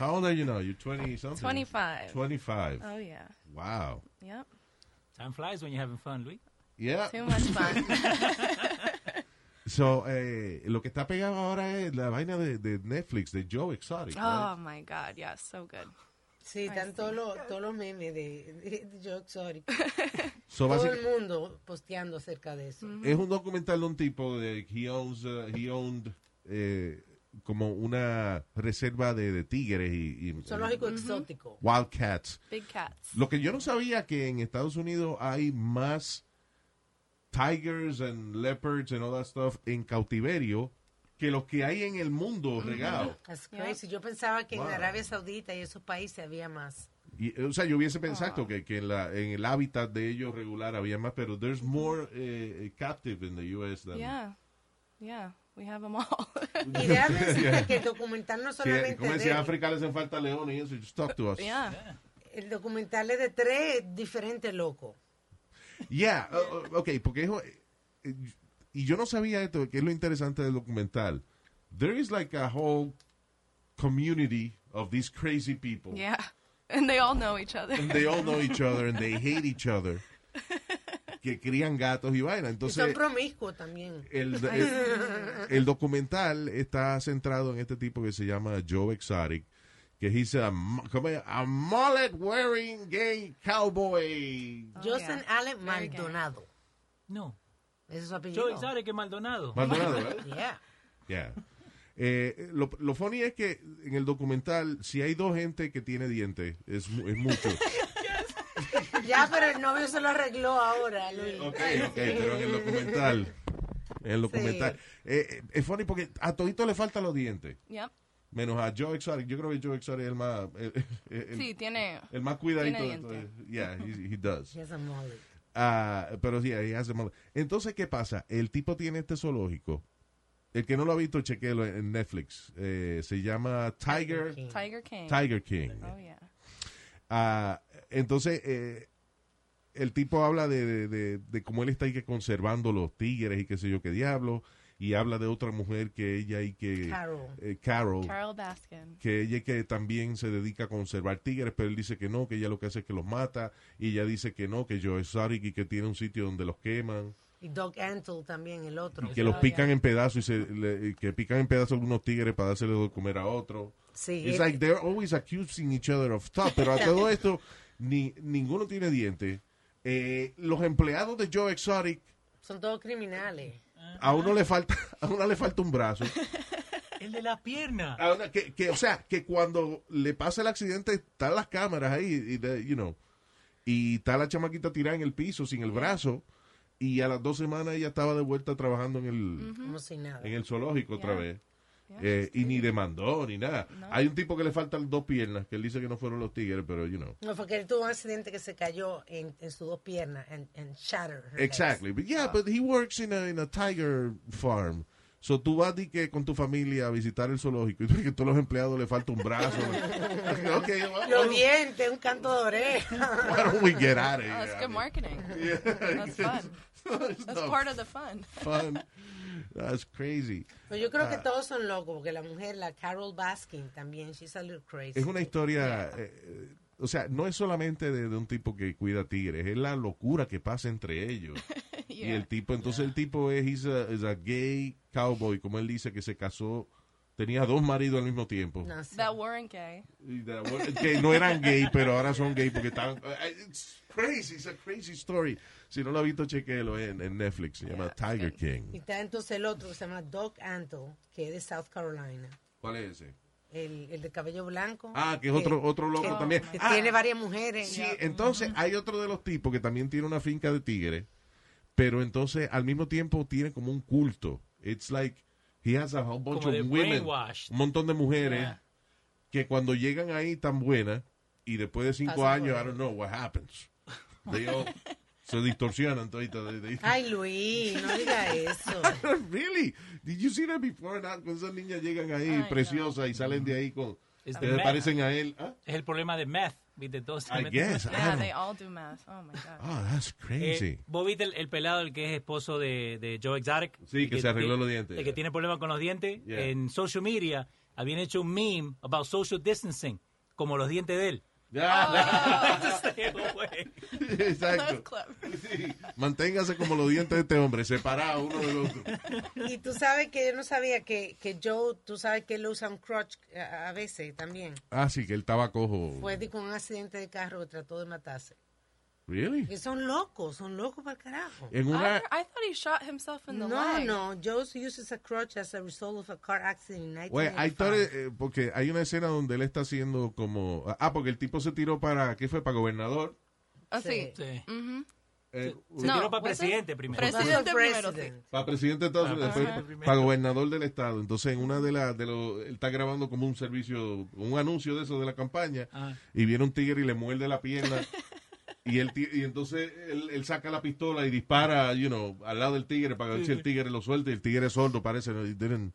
how, how old are you now? You're 20 something?
25.
25.
Oh, yeah.
Wow.
Yep.
Time flies when you're having fun, Luis.
Yeah.
Too much fun.
So, eh, lo que está pegado ahora es la vaina de, de Netflix, de Joe Exotic.
Ah.
oh, my God. Yeah, so good.
sí, están todos los, todos los memes de, de, de Joe Exotic.
So,
Todo
basic-
el mundo posteando acerca de eso.
Es un documental de un tipo de he owns, uh, he owned eh, como una reserva de, de tigres y, y- eh,
Zoológico exótico.
wildcats.
Big cats.
Lo que yo no sabía que en Estados Unidos hay más tigers and leopards and all that stuff en cautiverio que los que hay en el mundo regados.
That's crazy. Yo pensaba que
Wow.
en Arabia Saudita y esos países había más.
Y, eh, o sea, yo hubiese pensado que, que en, la, en el hábitat de ellos regular había más, pero there's more eh, captive in the U.S. than...
Yeah. Yeah. We have them all.
Y déjame decirte
Yeah.
que el documental no
Sí, eh, como
solamente
decía, en
de,
África le hacen falta leones y eso, just talk to us.
Yeah.
el documental es de tres diferentes locos.
Yeah, o- o- ok, porque eso, eh, eh, y yo no sabía esto, que es lo interesante del documental. There is like a whole community of these crazy people.
Yeah. And they all know each other.
And they all know each other and they hate each other. Que crían gatos y vaina.
Y son
Entonces,
promiscuos también.
el,
Ay,
el- el documental está centrado en este tipo que se llama Joe Exotic, que dice a, mu- ¿cómo es? a mullet wearing gay cowboy.
Jocelyn Allen Maldonado.
No.
Ese es su apellido.
Joe Exotic es Maldonado.
Maldonado, ¿eh?
Yeah.
Yeah. Eh, lo, lo funny es que en el documental, si hay dos gente que tiene dientes, es, mu- es mucho.
Ya, pero el novio se lo arregló ahora, Luis.
Eh, ok, pero en el documental. En el documental. Eh, eh, es funny porque a Todito le faltan los dientes.
Yep.
Menos a Joe Exotic. Yo creo que Joe Exotic es el más. El, el- el-
Sí, tiene-
El más cuidadito.
tiene
de todo.
dientes.
Yeah, he, he does.
He has a mullet.
Ah, pero sí, ahí hace mal. Entonces, ¿qué pasa? El tipo tiene este zoológico. El que no lo ha visto, chequéelo en Netflix. Eh, se llama Tiger.
Tiger King.
Tiger King.
Oh, yeah.
Ah, entonces, eh, el tipo habla de, de- de- de cómo él está ahí que conservando los tigres y qué sé yo qué diablo. Y habla de otra mujer que ella y que.
Carol.
eh, Carol.
Carol Baskin.
que ella y que también se dedica a conservar tigres, pero él dice que no, que ella lo que hace es que los mata, y ella dice que no, que yo es Sarik y que tiene un sitio donde los queman,
Y Doc Antle también, el otro.
que los pican en pedazos y, se, le- y que pican en pedazos algunos tigres para dárselo de comer a otro.
Sí.
It's like they're always accusing each other of stuff, pero a todo esto ni, ninguno tiene dientes. Eh, los empleados de Joe Exotic,
Son todos criminales.
a uno le falta, a uno le falta un brazo.
El de las piernas.
A una- que, que, Ah, o sea, que cuando le pasa el accidente, están las cámaras ahí, y de- you know, y está la chamaquita tirada en el piso, sin el brazo, y a las dos semanas ella estaba de vuelta trabajando en el,
Como si nada.
en el zoológico otra
Yeah.
vez. Eh, y ni demandó, ni nada.
No.
Hay un tipo que le faltan dos piernas, que él dice que no fueron los tigres, pero, you know.
No, porque él tuvo un accidente que se cayó en, en sus dos piernas, en shatter. her legs.
Exactly. But
Ah.
yeah, but he works in a, in a tiger farm. So tú vas di que con tu familia a visitar el zoológico y tú ves que a todos los empleados le falta un brazo. Okay, well,
Los
well,
dientes, un canto de oreja.
Why don't we get out of
Oh,
here?
that's
I
good
mean,
marketing.
Yeah.
That's fun.
It's
That's
not
part of the fun.
fun. That's crazy.
Pero yo creo que
Ah,
todos son locos, porque la mujer, la Carol Baskin también, she's a little crazy.
Es una historia, eh, eh, o sea, no es solamente de, de un tipo que cuida tigres, es la locura que pasa entre ellos. Y el tipo, entonces el tipo es he's a, is a gay cowboy, como él dice, que se casó, tenía dos maridos al mismo tiempo.
That weren't gay.
Y de- que no eran gay, pero ahora son gay porque estaban... eh, It's crazy, it's a crazy story. Si no lo ha visto, chequelo en, en Netflix, se llama Tiger King.
Y está entonces el otro que se llama Doc Antle, que es de South Carolina.
¿Cuál es ese?
El, el de cabello blanco.
Ah, que es otro- otro loco
que-
también.
que
Ah.
tiene varias mujeres.
Sí, entonces hay otro de los tipos que también tiene una finca de tigres, pero entonces al mismo tiempo tiene como un culto. It's like he has a whole bunch
Como
of
de
women,
brainwashed. Ah.
un montón de mujeres
Yeah.
que cuando llegan ahí tan buenas y después de cinco
Pasan por
años,
ahí.
I don't know what happens. They all se distorsionan toditas. They- they-
Ay, Luis, no diga eso.
really? Did you see that before? Now, cuando esas niñas llegan ahí
Ay, no.
preciosas y salen de ahí con
It's
que
the
se
man.
parecen a él. ¿Ah?
Es el problema de meth, ¿viste? Todos se
I
meten-
guess, I
Yeah,
don't-
they all do math. Oh my god.
Oh, that's crazy.
Eh, ¿Vos viste el, el pelado, el que es esposo de, de Joe Exotic?
Sí,
El
que se arregló
ti-
los dientes.
El que tiene problemas con los dientes.
Yeah.
En social media habían hecho un meme about social distancing, como los dientes de él.
Exacto. Manténgase como los dientes de este hombre, separados uno del otro.
Y tú sabes que yo no sabía que, que Joe, tú sabes que él usa un crutch eh, a, a veces también.
Ah, sí, que él estaba cojo.
Fue de- con un accidente de carro que trató de matarse.
Really?
Que son locos, son locos para el carajo.
En una-
I, I thought he shot himself
Pues
in the
No,
leg.
no, Joe uses a crutch as a result of a car accident in
Güey, hay
1985.
tore- eh, porque hay una escena donde él está haciendo como. Ah, porque el tipo se tiró para. ¿Qué fue? Para gobernador.
Así. Mhm.
Eh,
Se tiró para presidente primero.
Presidente primero, sí.
President.
Para presidente de Estados Unidos,
Ajá.
después Ah, para gobernador del estado. Entonces, en una de las, de los, él está grabando como un servicio, un anuncio de eso de la campaña,
Ah.
y viene un tigre y le muerde la pierna. Y, él, ti- y entonces él, él saca la pistola y dispara, you know, al lado del tigre para ver si el tigre lo suelta. Y el tigre es sordo, parece. ¿no? He didn't-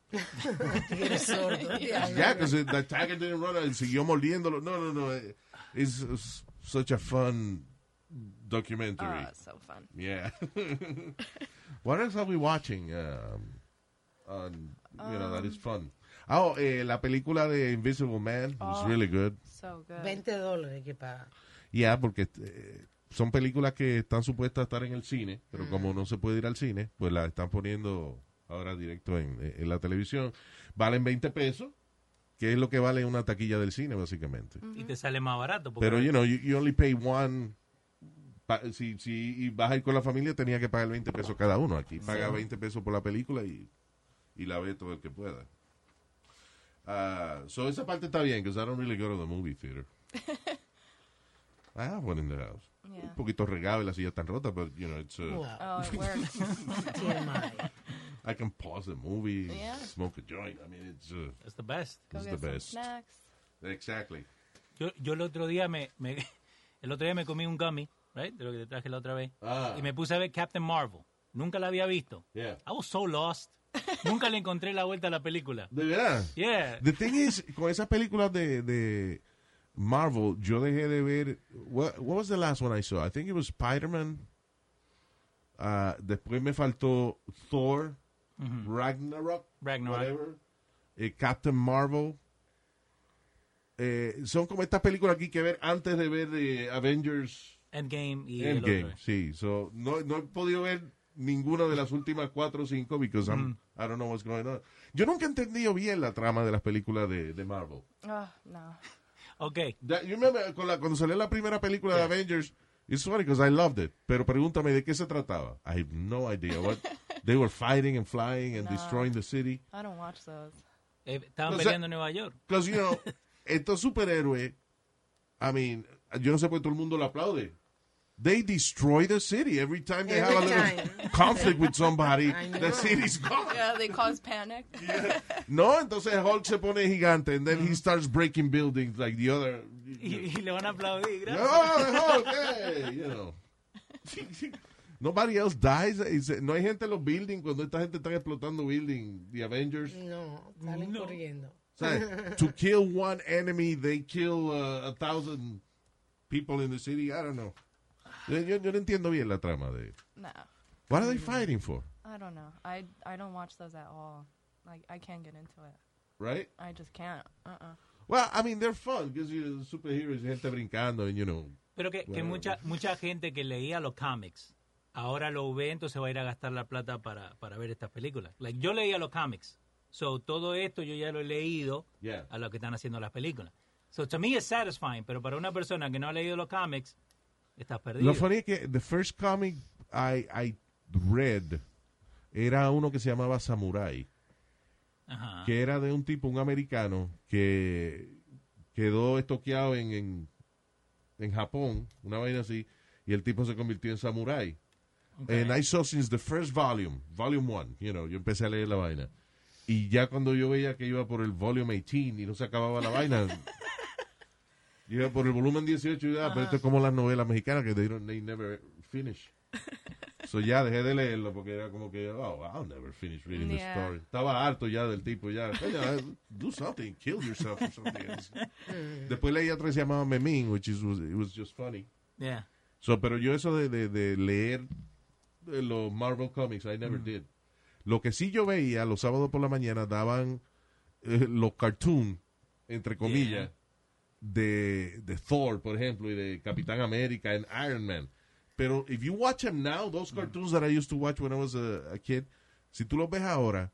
Eres sordo.
Yeah, because the tiger didn't run. Él siguió mordiéndolo. No, no, no. eh, It's, it's such a fun documentary.
Oh, it's so fun.
Yeah. What else are we watching? Um, on, you know, that is fun. Oh, eh, la película de Invisible Man was
Oh.
really good.
So good.
20 dólares que paga.
Yeah, porque eh, son películas que están supuestas a estar en el cine, pero como no se puede ir al cine, pues la están poniendo ahora directo en, eh, en la televisión. Valen 20 pesos, que es lo que vale una taquilla del cine, básicamente.
Y te sale más barato. porque-
Pero, you know, you, you only pay one. pa- si, si vas a ir con la familia, tenía que pagar 20 pesos cada uno. Aquí paga
Sí.
20 pesos por la película y, y la ve todo el que pueda. Ah, so esa parte está bien, because I don't really go to the movie theater. I have one in the house.
Yeah.
Un poquito regado y la silla tan rota, but, you know, it's, uh,
Oh,
Wow.
it works.
TMI.
I can pause the movie,
Yeah.
smoke a joint. I mean, it's, uh,
It's the best.
Go
it's
get
the
some
best.
snacks.
Exactly.
Yo, yo el otro día me, me- el otro día me comí un gummy, right? De lo que te traje la otra vez.
Ah.
Y me puse a ver Captain Marvel. Nunca la había visto.
Yeah.
I was so lost. Nunca le encontré la vuelta a la película.
De verdad.
Yeah.
The thing is, con esas películas de, de Marvel, yo dejé de ver. What, what was the last one I saw? I think it was Spider-Man. Ah, después me faltó Thor, Ragnarok,
Ragnarok.
whatever, eh, Captain Marvel. Eh, son como estas películas aquí que ver antes de ver eh, Avengers
Endgame y el otro.
Endgame. Sí, so, no, no he podido ver ninguna de las últimas cuatro o cinco because I'm,
Mm.
I don't know what's going on. Yo nunca he entendido bien la trama de las películas de, de Marvel.
Oh, no.
Ok. eh,
That- you remember, con la- cuando salió la primera película de Avengers, it's funny because I loved it. Pero pregúntame de qué se trataba. I have no idea. What, they were fighting and flying and
No.
destroying the city.
I don't watch those.
Eh, estaban
O sea-
peleando en Nueva York.
Because, you know, estos superhéroes, I mean, yo no sé por qué todo el mundo lo aplaude. They destroy the city every time they have a
Every
little
time.
conflict with somebody.
I know.
The city's gone.
Yeah, they cause panic.
No, entonces Hulk se pone gigante and
Mm-hmm.
then he starts breaking buildings like the other.
Y, y le van a aplaudir. Gracias.
Oh, Hulk, hey, you know. Nobody else dies. It's- No hay gente en los buildings cuando esta gente está explotando buildings. The Avengers.
No, salen corriendo.
O sea, to kill one enemy, they kill uh, a thousand people in the city. I don't know. Yo, yo- yo no entiendo bien la trama de.
No,
What are they fighting for?
I don't know. I I don't watch those at all. Like I can't get into it.
Right?
I just can't. Uh uh
Well, I mean, they're fun because you superheroes, gente brincando, and you know.
Pero que, que
Bueno.
mucha, mucha gente que leía los cómics ahora lo ve, entonces va a ir a gastar la plata para, para ver estas películas. Like, yo leía los cómics. So, todo esto yo ya lo he leído
Yeah.
a lo que están haciendo las películas. So, to me it's satisfying, pero para una persona que no ha leído los cómics, estás perdido.
Lo funny es que the first comic I, I read era uno que se llamaba Samurai.
Ajá.
que era de un tipo, un americano, que quedó estoqueado en, en, en Japón, una vaina así, y el tipo se convirtió en samurái. And I saw since the first volume, volume one, you know, yo empecé a leer la vaina. Y ya cuando yo veía que iba por el volume 18 y no se acababa la vaina, yo iba por el volumen 18 y ya, pero esto es como las novelas mexicanas que they, don't, they never finish. So ya dejé de leerlo porque era como que, oh, I'll never finish reading
Yeah.
the story. Estaba harto ya del tipo, ya, "Coño, eh, do something, kill yourself or something. else." Después leí otra que se llamaba Memín, which is, was, it was just funny.
Yeah.
So, pero yo eso de, de- de leer de los Marvel Comics, I never did. Lo que sí yo veía los sábados por la mañana daban eh, los cartoons, entre comillas,
Yeah.
de, de Thor, por ejemplo, y de Capitán América and Iron Man. Pero if you watch them now, those cartoons that I used to watch when I was a, a kid, si tú los ves ahora,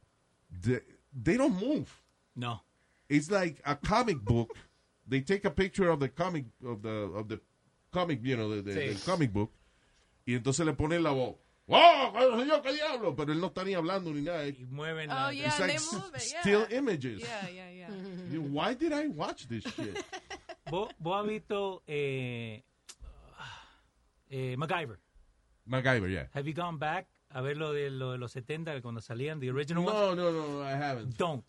they, they don't move.
No.
It's like a comic book. they take a picture of the comic of the of the comic, you know, the, the-
Sí.
the comic book, y entonces le ponen la voz. ¡Wow! ¿Cuál soy yo? ¿Qué diablo? Pero él no está ni hablando ni nada.
Y mueven
Oh
la-
yeah,
It's
and
like
they move it. Yeah.
still images.
Yeah, yeah, yeah.
Mm-hmm.
Why did I watch this shit?
¿Vos, vos has visto eh, eh, MacGyver?
MacGyver, yeah.
Have you gone back a ver lo de, lo de los 70 cuando salían, the original
No,
ones?
no, no, I haven't.
Don't.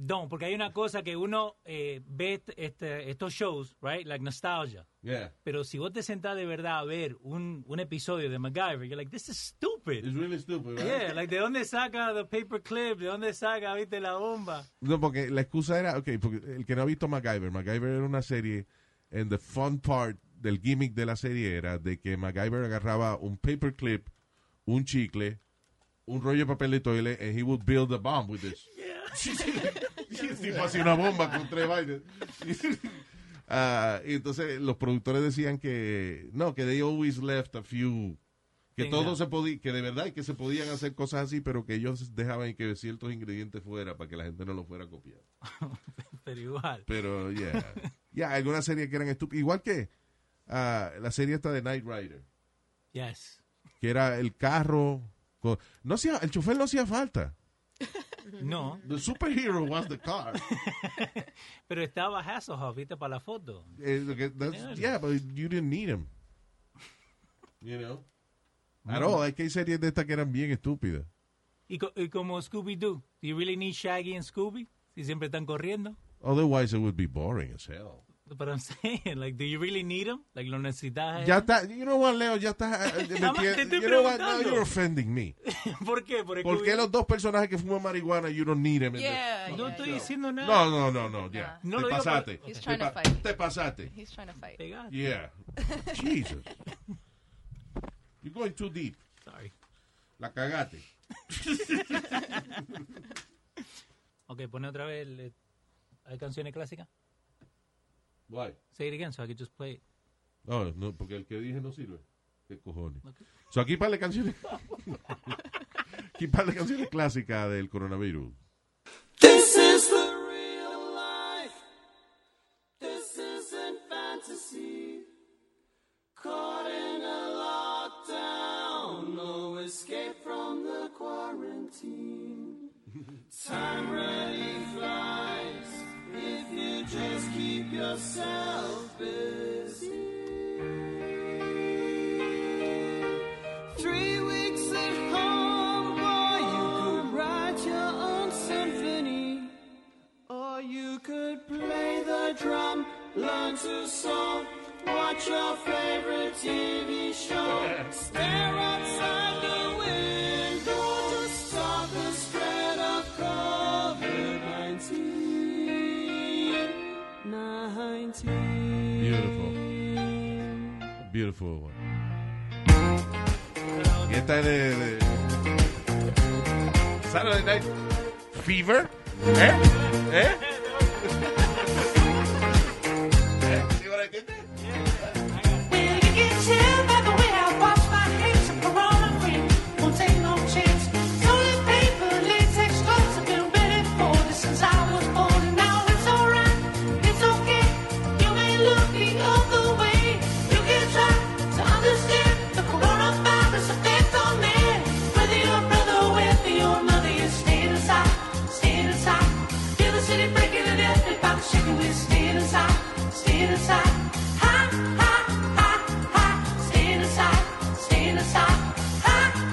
Don't, porque hay una cosa que uno eh, ve est- este- estos shows, right? Like nostalgia.
Yeah.
Pero si vos te sentás de verdad a ver un, un episodio de MacGyver, you're like, this is stupid.
It's really stupid, right?
Yeah, like, ¿de dónde saca the paperclip? ¿De dónde saca, viste, la bomba?
No, porque la excusa era, ok, porque el que no ha visto MacGyver, MacGyver era una serie, and the fun part del gimmick de la serie era de que MacGyver agarraba un paperclip, un chicle, un rollo de papel de toile, and he would build a bomb with this. Y el tipo hacía una bomba con tres vainas. Ah, y entonces los productores decían que, no, que they always left a few, que
Things
todo
out.
se podía, que de verdad que se podían hacer cosas así, pero que ellos dejaban que ciertos ingredientes fuera para que la gente no lo fuera a copiar.
Pero igual.
Pero, yeah. yeah, algunas series que eran estúpidas. Igual que ah, la serie esta de Knight Rider,
Yes.
que era el carro. con- no hacía, el chofer no hacía falta.
No.
The superhero was the car.
Pero estaba Hasselhoff, viste, para la foto.
Eh, lo que- that's- yeah, but you didn't need him. You know? At all. Es que hay series de estas que eran bien estúpidas.
Y, co- y como Scooby-Doo. Do you really need Shaggy and Scooby? Si siempre están corriendo.
Otherwise it would be boring as hell.
But I'm saying, like, do you really need them? Like, ¿lo necesitas? a
Ya
él?
está, you know what, Leo, ya está. eh, me
Ah, Nada más te
pier-
estoy
you know what, now
preguntando.
you're offending me.
¿Por qué? Por
¿Por qué los dos personajes que fuman marihuana you don't need them? in the-
Yeah,
No
yeah,
estoy
yeah.
diciendo nada.
No, no, no, no, ya.
No
te
lo digo por-
pasaste.
He's
Te
trying to
pa-
fight.
Te pasaste.
He's trying to fight.
Pegate.
Yeah. Jesus. You're going too deep.
Sorry.
La cagaste.
Ok, pone otra vez. el- eh, ¿Hay canciones clásicas?
Why?
Say it again so I can just play it.
No, no, porque el que dije no sirve. ¿Qué cojones?
Ok.
So, aquí para las canciones. aquí para las canciones clásicas del coronavirus.
This is the real life. This isn't fantasy. Caught in a lockdown, no escape from the quarantine. Time really flies if you just keep yourself busy. Three weeks at home, boy, you could write your own symphony. Or you could play the drum, learn to sew, watch your favorite TV show, stare outside the window to stop the spread of COVID 19. 19.
Beautiful. Beautiful one. Y esta es de. de- Saturday Night Fever. ¿Eh? ¿Eh? See what I did there?
City breaking it up, and box shaking, we're staying inside, staying inside. Ha, ha, ha, ha, staying inside, staying inside. Ha,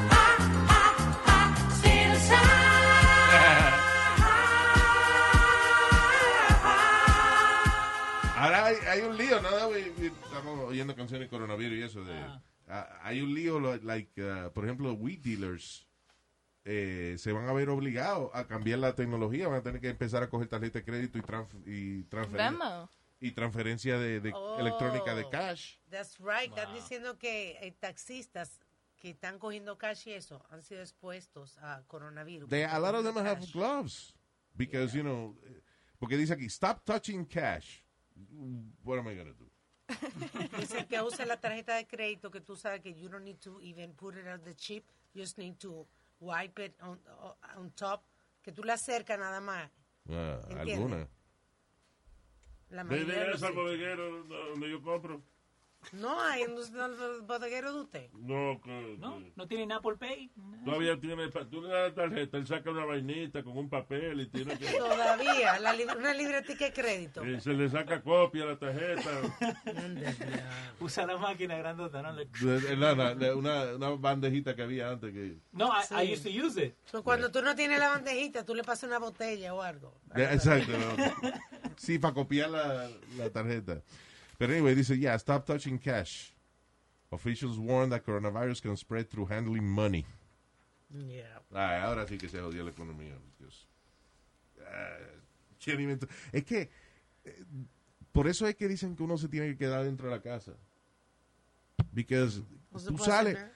ha, ha, ha, staying inside.
Ahora hay, hay un lío, nada, güey, güey, estamos oyendo canciones de coronavirus y eso. De, Ah, hay un lío, lo- like, ah, por ejemplo, weed dealers eh, se van a ver obligados a cambiar la tecnología, van a tener que empezar a coger tarjeta de crédito y, transf- y, transferencia,
Venmo.
y transferencia de, de
Oh.
electrónica de cash.
That's right. Están diciendo que eh, taxistas que están cogiendo cash y eso han sido expuestos a coronavirus.
They, a lot of them have gloves because, you know, eh, porque dice aquí, stop touching cash. What am I going to do?
Dicen que usa la tarjeta de crédito que tú sabes que you don't need to even put it on the chip, you just need to wipe it on, on top, que tú la acercas nada más.
Ah,
Entiende.
alguna.
La mayoría
Venden
de
eso al
los-
bodeguero donde yo compro.
No hay en los- en los bodegueros de usted.
No, que- eh,
¿No?
Mm.
¿No tienen Apple Pay?
Todavía tiene, pa- tú le das la tarjeta, él saca una vainita con un papel y tiene que...
Todavía, la lib- una libretica de crédito.
y se le saca copia a la tarjeta.
Usa la máquina grandota, ¿no? Le-
No, no, no, una, una bandejita que había antes que...
No, I, I
Sí.
used to use it.
So, cuando tú no tienes la bandejita, tú le pasas una botella o algo.
Yeah, exacto. no. Sí, para copiar la, la tarjeta. Pero anyway, dice, yeah, stop touching cash. Officials warn that coronavirus can spread through handling money.
Yeah.
Ay, ahora sí que se jodió la economía. pues, Dios. Ah, qué alimento. Es que, eh, por eso es que dicen que uno se tiene que quedar dentro de la casa. Because
No se
tú
puede
sales,
hacer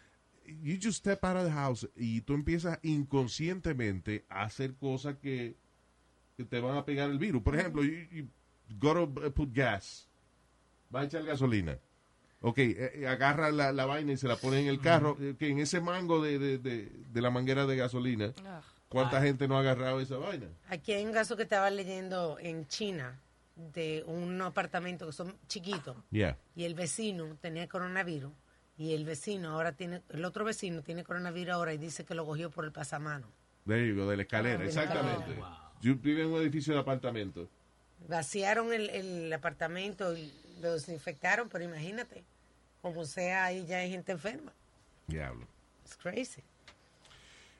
you just step out of the house y tú empiezas inconscientemente a hacer cosas que, que te van a pegar el virus. Por ejemplo, you, you gotta put gas. Va a echar gasolina. Ok, eh, eh, agarra la, la vaina y se la pone en el carro. Eh, Que en ese mango de, de- de- de la manguera de gasolina, ¿cuánta
Ay.
gente no ha agarrado esa vaina?
Aquí hay un caso que estaba leyendo en China de un apartamento que son chiquitos
Yeah.
y el vecino tenía coronavirus y el vecino ahora tiene, el otro vecino tiene coronavirus ahora y dice que lo cogió por el pasamano.
There you go, de la escalera,
Ah,
exactamente. Yo vivo en un edificio de apartamento.
Vaciaron el, el apartamento y lo desinfectaron, pero imagínate, como sea, ahí ya hay gente enferma.
Diablo.
It's crazy.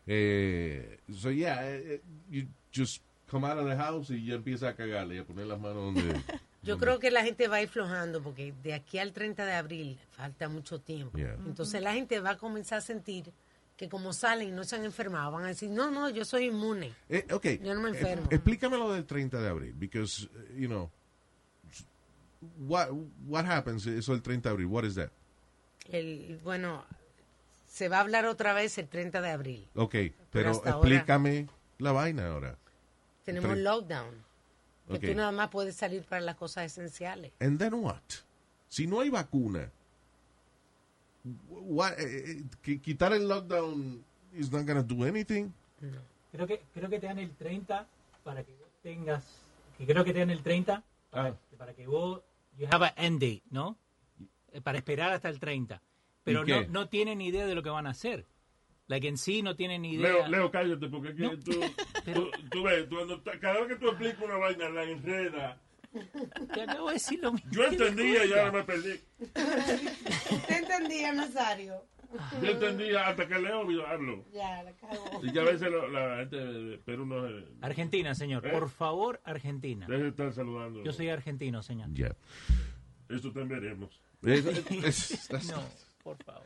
Eh, so yeah, eh, eh, you just come out of the house y ya empieza a cagarle y a poner las manos donde...
Yo creo que la gente va a ir flojando porque de aquí al 30 de abril falta mucho tiempo.
Yeah.
Entonces la gente va a comenzar a sentir que como salen y no se han enfermado, van a decir, no, no, yo soy inmune.
Eh, ok.
Yo no me
Eh,
enfermo.
explícame lo del 30 de abril, because, eh, you know, what, what happens eso el 30 de abril? What is that?
El, bueno, se va a hablar otra vez el 30 de abril.
Ok,
Pero
pero,
hasta ahora-
explícame la vaina ahora.
Tenemos
Tre-
lockdown. Que
Ok.
tú nada más puedes salir para las cosas esenciales.
And then what? Si no hay vacuna, wh- what- eh, eh, qui- quitar el lockdown is not going to do anything.
Creo que, creo que te dan el 30 para que vos tengas... Que creo que te dan el 30
Ah.
para, para que vos... You have an end date, ¿no? Eh, Para esperar hasta el 30. Pero
¿Y
no,
qué?
no tienen idea de lo que van a hacer. Like en sí no tienen idea.
Leo, Leo, cállate, porque aquí tú, tú, tú ves, tú cuando- cada vez que tú explicas una vaina, la enreda.
Te acabo de decir lo mismo.
Yo entendía, ya ahora me perdí.
¿Te entendía, Nazario?
Yo entendía hasta que Leo vio- hablo.
Ya, la cago.
Y que a veces lo- la gente de Perú no se...
Argentina, señor.
¿Eh?
Por favor, Argentina.
Deje de estar saludando.
Yo soy argentino, señor.
Ya.
Esto también veremos.
Eso- es- that's-
no, por favor.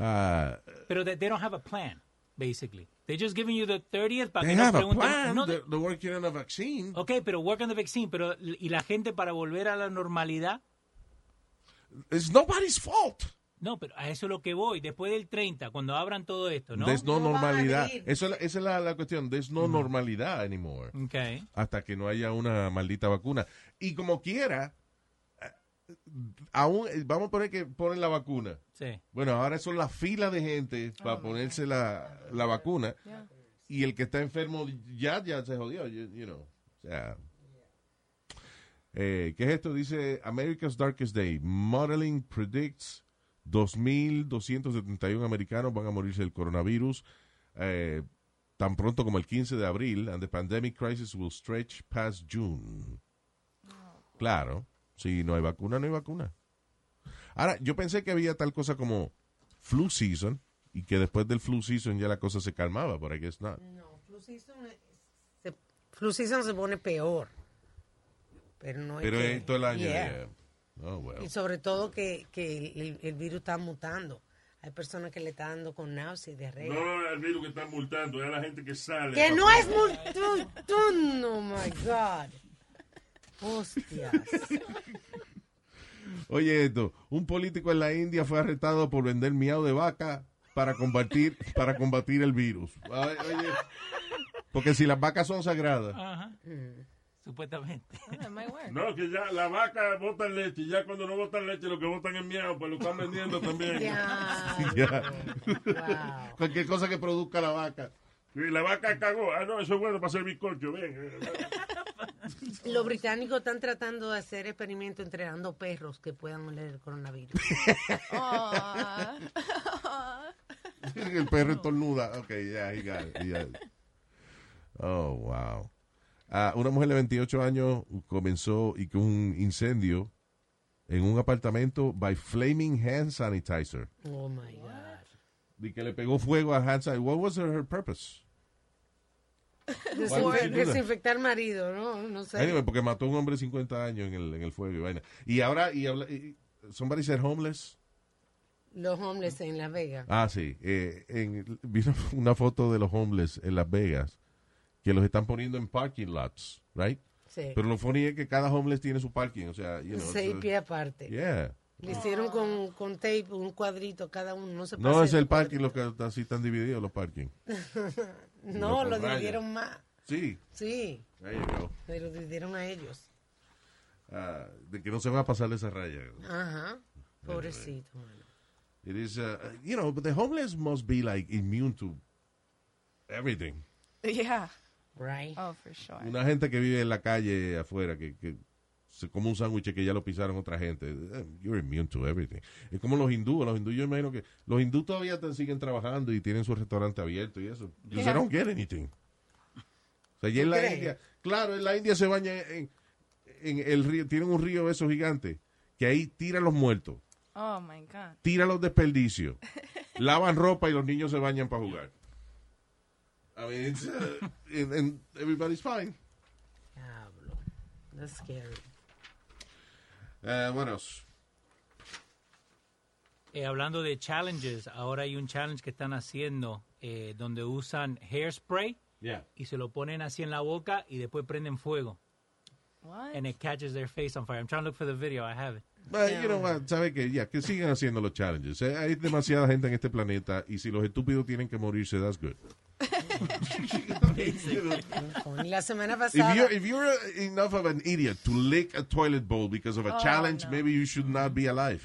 Ah,
Pero they, they don't have a plan, basically. They're just giving you the 30th para
They
que no
have a
pregunten-
plan.
No,
They're- they're working on a vaccine.
Ok, pero work on the vaccine. Pero, ¿Y la gente para volver a la normalidad?
It's nobody's fault.
No, pero a eso es lo que voy. Después del 30, cuando abran todo esto, ¿no?
There's no, normalidad. Eso es la- esa es la, la cuestión. There's no normalidad anymore.
Ok.
Hasta que no haya una maldita vacuna. Y como quiera, eh, aún, eh, vamos a poner que ponen la vacuna.
Sí.
Bueno, ahora son las filas de gente para ponerse la, la vacuna.
Yeah.
Y el que está enfermo ya, ya se jodió. You, you know. O sea, eh, ¿Qué es esto? Dice America's Darkest Day. Modeling predicts 2.271 americanos van a morirse del coronavirus eh, tan pronto como el 15 de abril. And the pandemic crisis will stretch past June. Claro, si no hay vacuna, no hay vacuna. Ahora, yo pensé que había tal cosa como flu season y que después del flu season ya la cosa se calmaba, but I guess not.
Flu season, es- se, flu season se pone peor. Pero no es
Pero
que-
es todo el año.
Yeah.
yeah. Oh, well.
Y sobre todo que, que el, el virus está mutando. Hay personas que le está dando con náuseas y diarrea.
No, no, el virus que están multando, es a la gente que sale.
Que no es multitud. Oh my God. Hostias.
Oye, esto, un político en la India fue arrestado por vender miau de vaca para combatir, para combatir el virus. Ay, oye, porque si las vacas son sagradas.
Ajá.
Mm.
Supuestamente.
No, que ya la vaca botan leche y ya cuando no botan leche lo que botan es miau, pues lo están vendiendo también.
Ya. Cualquier cosa que produzca la vaca.
Y la vaca cagó. Ah, no, eso es bueno para hacer bizcocho. Ven.
Los británicos están tratando de hacer experimentos entrenando perros que puedan oler el coronavirus.
El perro estornuda. Ok, ya, he got it, he got it. Oh, wow. Ah, una mujer de 28 años comenzó y con un incendio en un apartamento by flaming hand sanitizer.
Oh my God.
Y que le pegó fuego al hand sanitizer. What was her, her purpose?
Des-
Why would you do that?
Desinfectar marido, ¿no? No sé.
Anyway, porque mató a un hombre de 50 años en el, en el fuego y vaina. Y ahora, y, habla- y- somebody said homeless.
Los homeless en Las Vegas.
Ah, sí. Eh, en- vi una- una foto de los homeless en Las Vegas que los están poniendo en parking lots, right?
Sí.
Pero lo funny es que cada homeless tiene su parking, o sea, you know,
Seis
it's a-
pies aparte.
Yeah.
Le hicieron con, con tape un cuadrito cada uno. No se
No
pasen.
es el parking lo que así están divididos los parking.
no,
Lo
lo
con raya.
dividieron más.
Sí.
Sí.
There you go.
Pero dividieron a ellos.
Ah, de que no se va a pasar de esa raya.
Ajá. Pobrecito. mano.
It is, uh, you know, but the homeless must be like immune to everything.
Yeah.
Right.
Ah.
Oh, for sure.
Una gente que vive en la calle afuera, que, que se come un sándwich que ya lo pisaron otra gente. eh, You're immune to everything. Es como los hindúes. Los hindúes, yo imagino que los hindúes todavía te- siguen trabajando y tienen su restaurante abierto y eso. You
Yeah.
don't get anything. O sea, allí en la
¿Tú crees?
India, claro, en la India se baña en, en el río, tienen un río eso gigante, que ahí tiran los muertos,
Oh my God.
tiran los desperdicios, lavan ropa y los niños se bañan para jugar. I mean, it's, uh, and- and everybody's fine.
Diablo. That's scary.
Eh, what else?
Eh, hablando de challenges, ahora hay un challenge que están haciendo eh, donde usan hairspray
Yeah.
y se lo ponen así en la boca y después prenden fuego.
What?
And it catches their face on fire. I'm trying to look for the video. I have it.
But, eh, you know what, sabe que ya que sigan haciendo los challenges. Eh, Hay demasiada gente en este planeta y si los estúpidos tienen que morirse, that's good.
Y la semana
If
pasada.
you're, if you're enough of an idiot to lick a toilet bowl because of a
Oh,
challenge,
no.
maybe you should not be alive.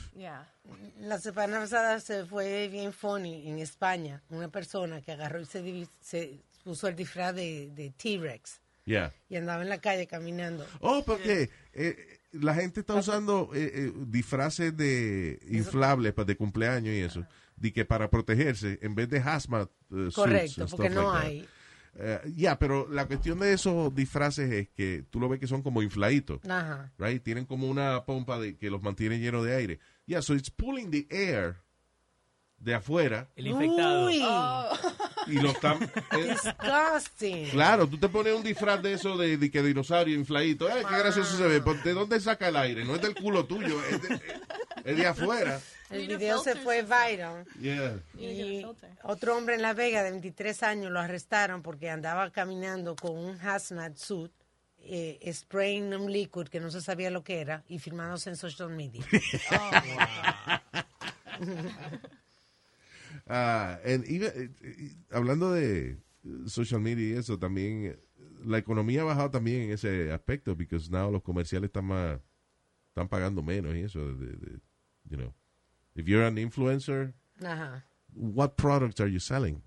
La semana pasada se fue bien funny en España. Una persona que agarró y se, divi- se puso el disfraz de, de T-Rex
Yeah.
y andaba en la calle caminando.
Oh, porque eh, la gente está usando eh, eh, disfraces de inflables para de cumpleaños y eso, de que para protegerse en vez de hazmat. eh, suits
Correcto,
and
porque
stuff
no
like that.
hay.
Eh, ya, pero la cuestión de esos disfraces es que tú lo ves que son como infladitos.
Ajá.
Right? Tienen como una pompa de, que los mantiene llenos de aire. Yeah, so it's pulling the air de afuera
El infectado.
Uy.
y lo están... eh,
Disgusting.
claro, tú te pones un disfraz de eso de, de que dinosaurio infladito. Eh, qué gracioso se ve. ¿Por- ¿De dónde saca el aire? No es del culo tuyo, es de, es de afuera.
El video se fue viral.
Yeah.
Y otro hombre en Las Vegas de 23 años lo arrestaron porque andaba caminando con un hazmat suit, eh, spraying un liquid que no se sabía lo que era y filmándose en social media.
Ah, and even, eh, eh, hablando de eh, social media y eso, también eh, la economía ha bajado también en ese aspecto, porque now los comerciales están más, están pagando menos y eso. de- de- you know, if you're an influencer,
Ajá.
what products are you selling?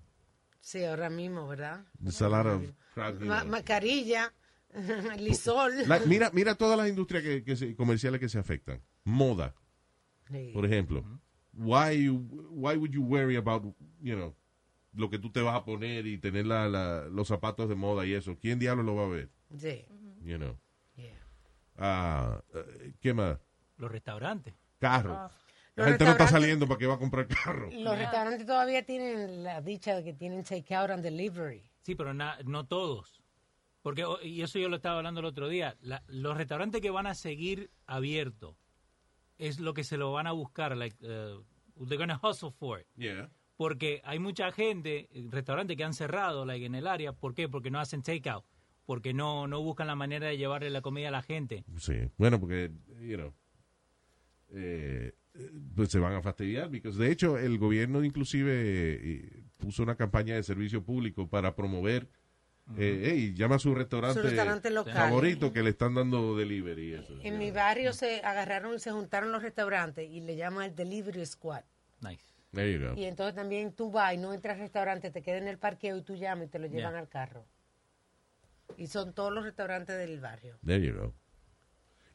Sí, ahora mismo, ¿verdad?
There's a lot of crap, you
Ma-
know.
mascarilla, lisol.
La- mira, mira todas las industrias que, que se- comerciales que se afectan. Moda, por ejemplo. Why, you- why would you worry about, you know, lo que tú te vas a poner y tener la- la- los zapatos de moda y eso? ¿Quién diablo lo va a ver?
Sí.
You know. Ah, eh, ¿Qué más?
Los restaurantes.
Carro.
Ah.
La
Los
gente no está
restaurantes-
saliendo para que va a comprar carro.
Los restaurantes todavía tienen la dicha de que tienen takeout and delivery.
Sí, pero na- no todos. Porque, o- y eso yo lo estaba hablando el otro día, la- los restaurantes que van a seguir abiertos es lo que se lo van a buscar, like, uh, they're gonna hustle for it.
Yeah.
Porque hay mucha gente, eh, restaurantes que han cerrado like, en el área, ¿por qué? Porque no hacen takeout, porque no, no buscan la manera de llevarle la comida a la gente.
Sí, bueno, porque, you know, eh, pues se van a fastidiar. Because de hecho, el gobierno inclusive eh, puso una campaña de servicio público para promover. eh, hey, llama a su restaurante,
Su restaurante local.
favorito que le están dando delivery. y
Eh,
Eso.
En mi barrio se agarraron y se juntaron los restaurantes y le llaman el Delivery Squad.
Nice.
There you go.
Y entonces también tú vas y no entras al restaurante, te quedas en el parqueo y tú llamas y te lo llevan
Yeah.
al carro. Y son todos los restaurantes del barrio.
There you go.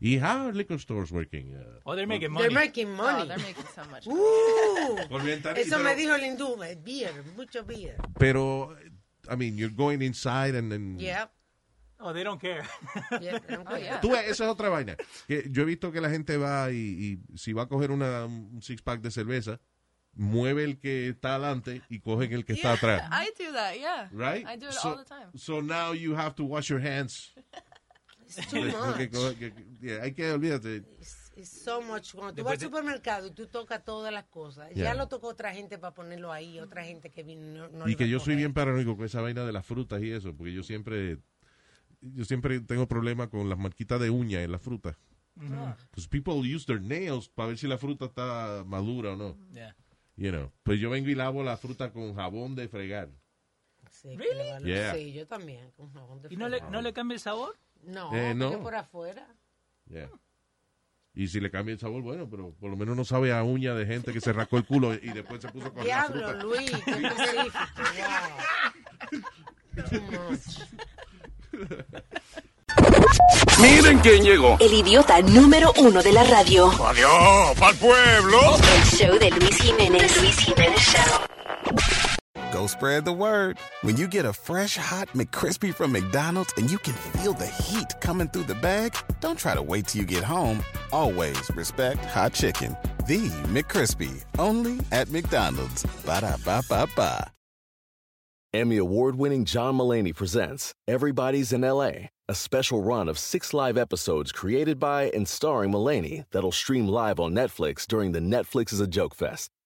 ¿Y how are liquor stores working? uh,
Oh, they're making
They're making money.
Oh, they're making so much money.
Uh,
Por ventanita,
eso me
¿no?
dijo el hindú, me- beer, mucho beer.
Pero, I mean, you're going inside and then...
Yeah.
Oh, they don't care.
Yeah, they don't care.
Tú ves, esa es otra vaina. Que yo he visto que la gente va y, y si va a coger una, un six-pack de cerveza, mueve el que está adelante y cogen el que está atrás.
I do that, yeah.
Right?
I do it
so,
all the time.
So now you have to wash your hands.
too
Después que
much.
coge- que- que- yeah, hay que, olvídate.
It's so much. Cuando tú
Después
vas al
de-
supermercado y tú tocas todas las cosas,
Yeah.
ya lo tocó otra gente para ponerlo ahí, otra gente que vino. No, no
y
lo
que
iba
yo
a
soy bien paranoico con esa vaina de las frutas y eso, porque yo siempre yo siempre tengo problemas con las marquitas de uña en las frutas.
Ujú. Ah.
Because people use their nails para ver si la fruta está madura o no.
Yeah.
You know. Pues yo vengo y lavo la fruta con jabón de fregar.
comer. Sí, que
Really?
lo valoro.
Yeah.
Sí, yo también. con jabón de
¿Y no le,
fregar.
no le cambia el sabor?
No,
Eh, no.
porque por afuera.
Yeah. Y si le cambia el sabor, bueno, pero por lo menos no sabe a uña de gente que se rascó el culo y después se puso con la
Diablo,
fruta.
Luis, qué específico. wow. Too much.
Miren quién llegó.
El idiota número uno de la radio.
Adiós, pa'l pueblo.
El show de Luis Jiménez. The Luis Jiménez Show.
Go spread the word. When you get a fresh hot McCrispy from McDonald's and you can feel the heat coming through the bag, don't try to wait till you get home. Always respect hot chicken. The McCrispy, only at McDonald's. Ba da ba ba ba.
Emmy award winning John Mullaney presents Everybody's in LA, a special run of six live episodes created by and starring Mullaney that'll stream live on Netflix during the Netflix is a Joke Fest.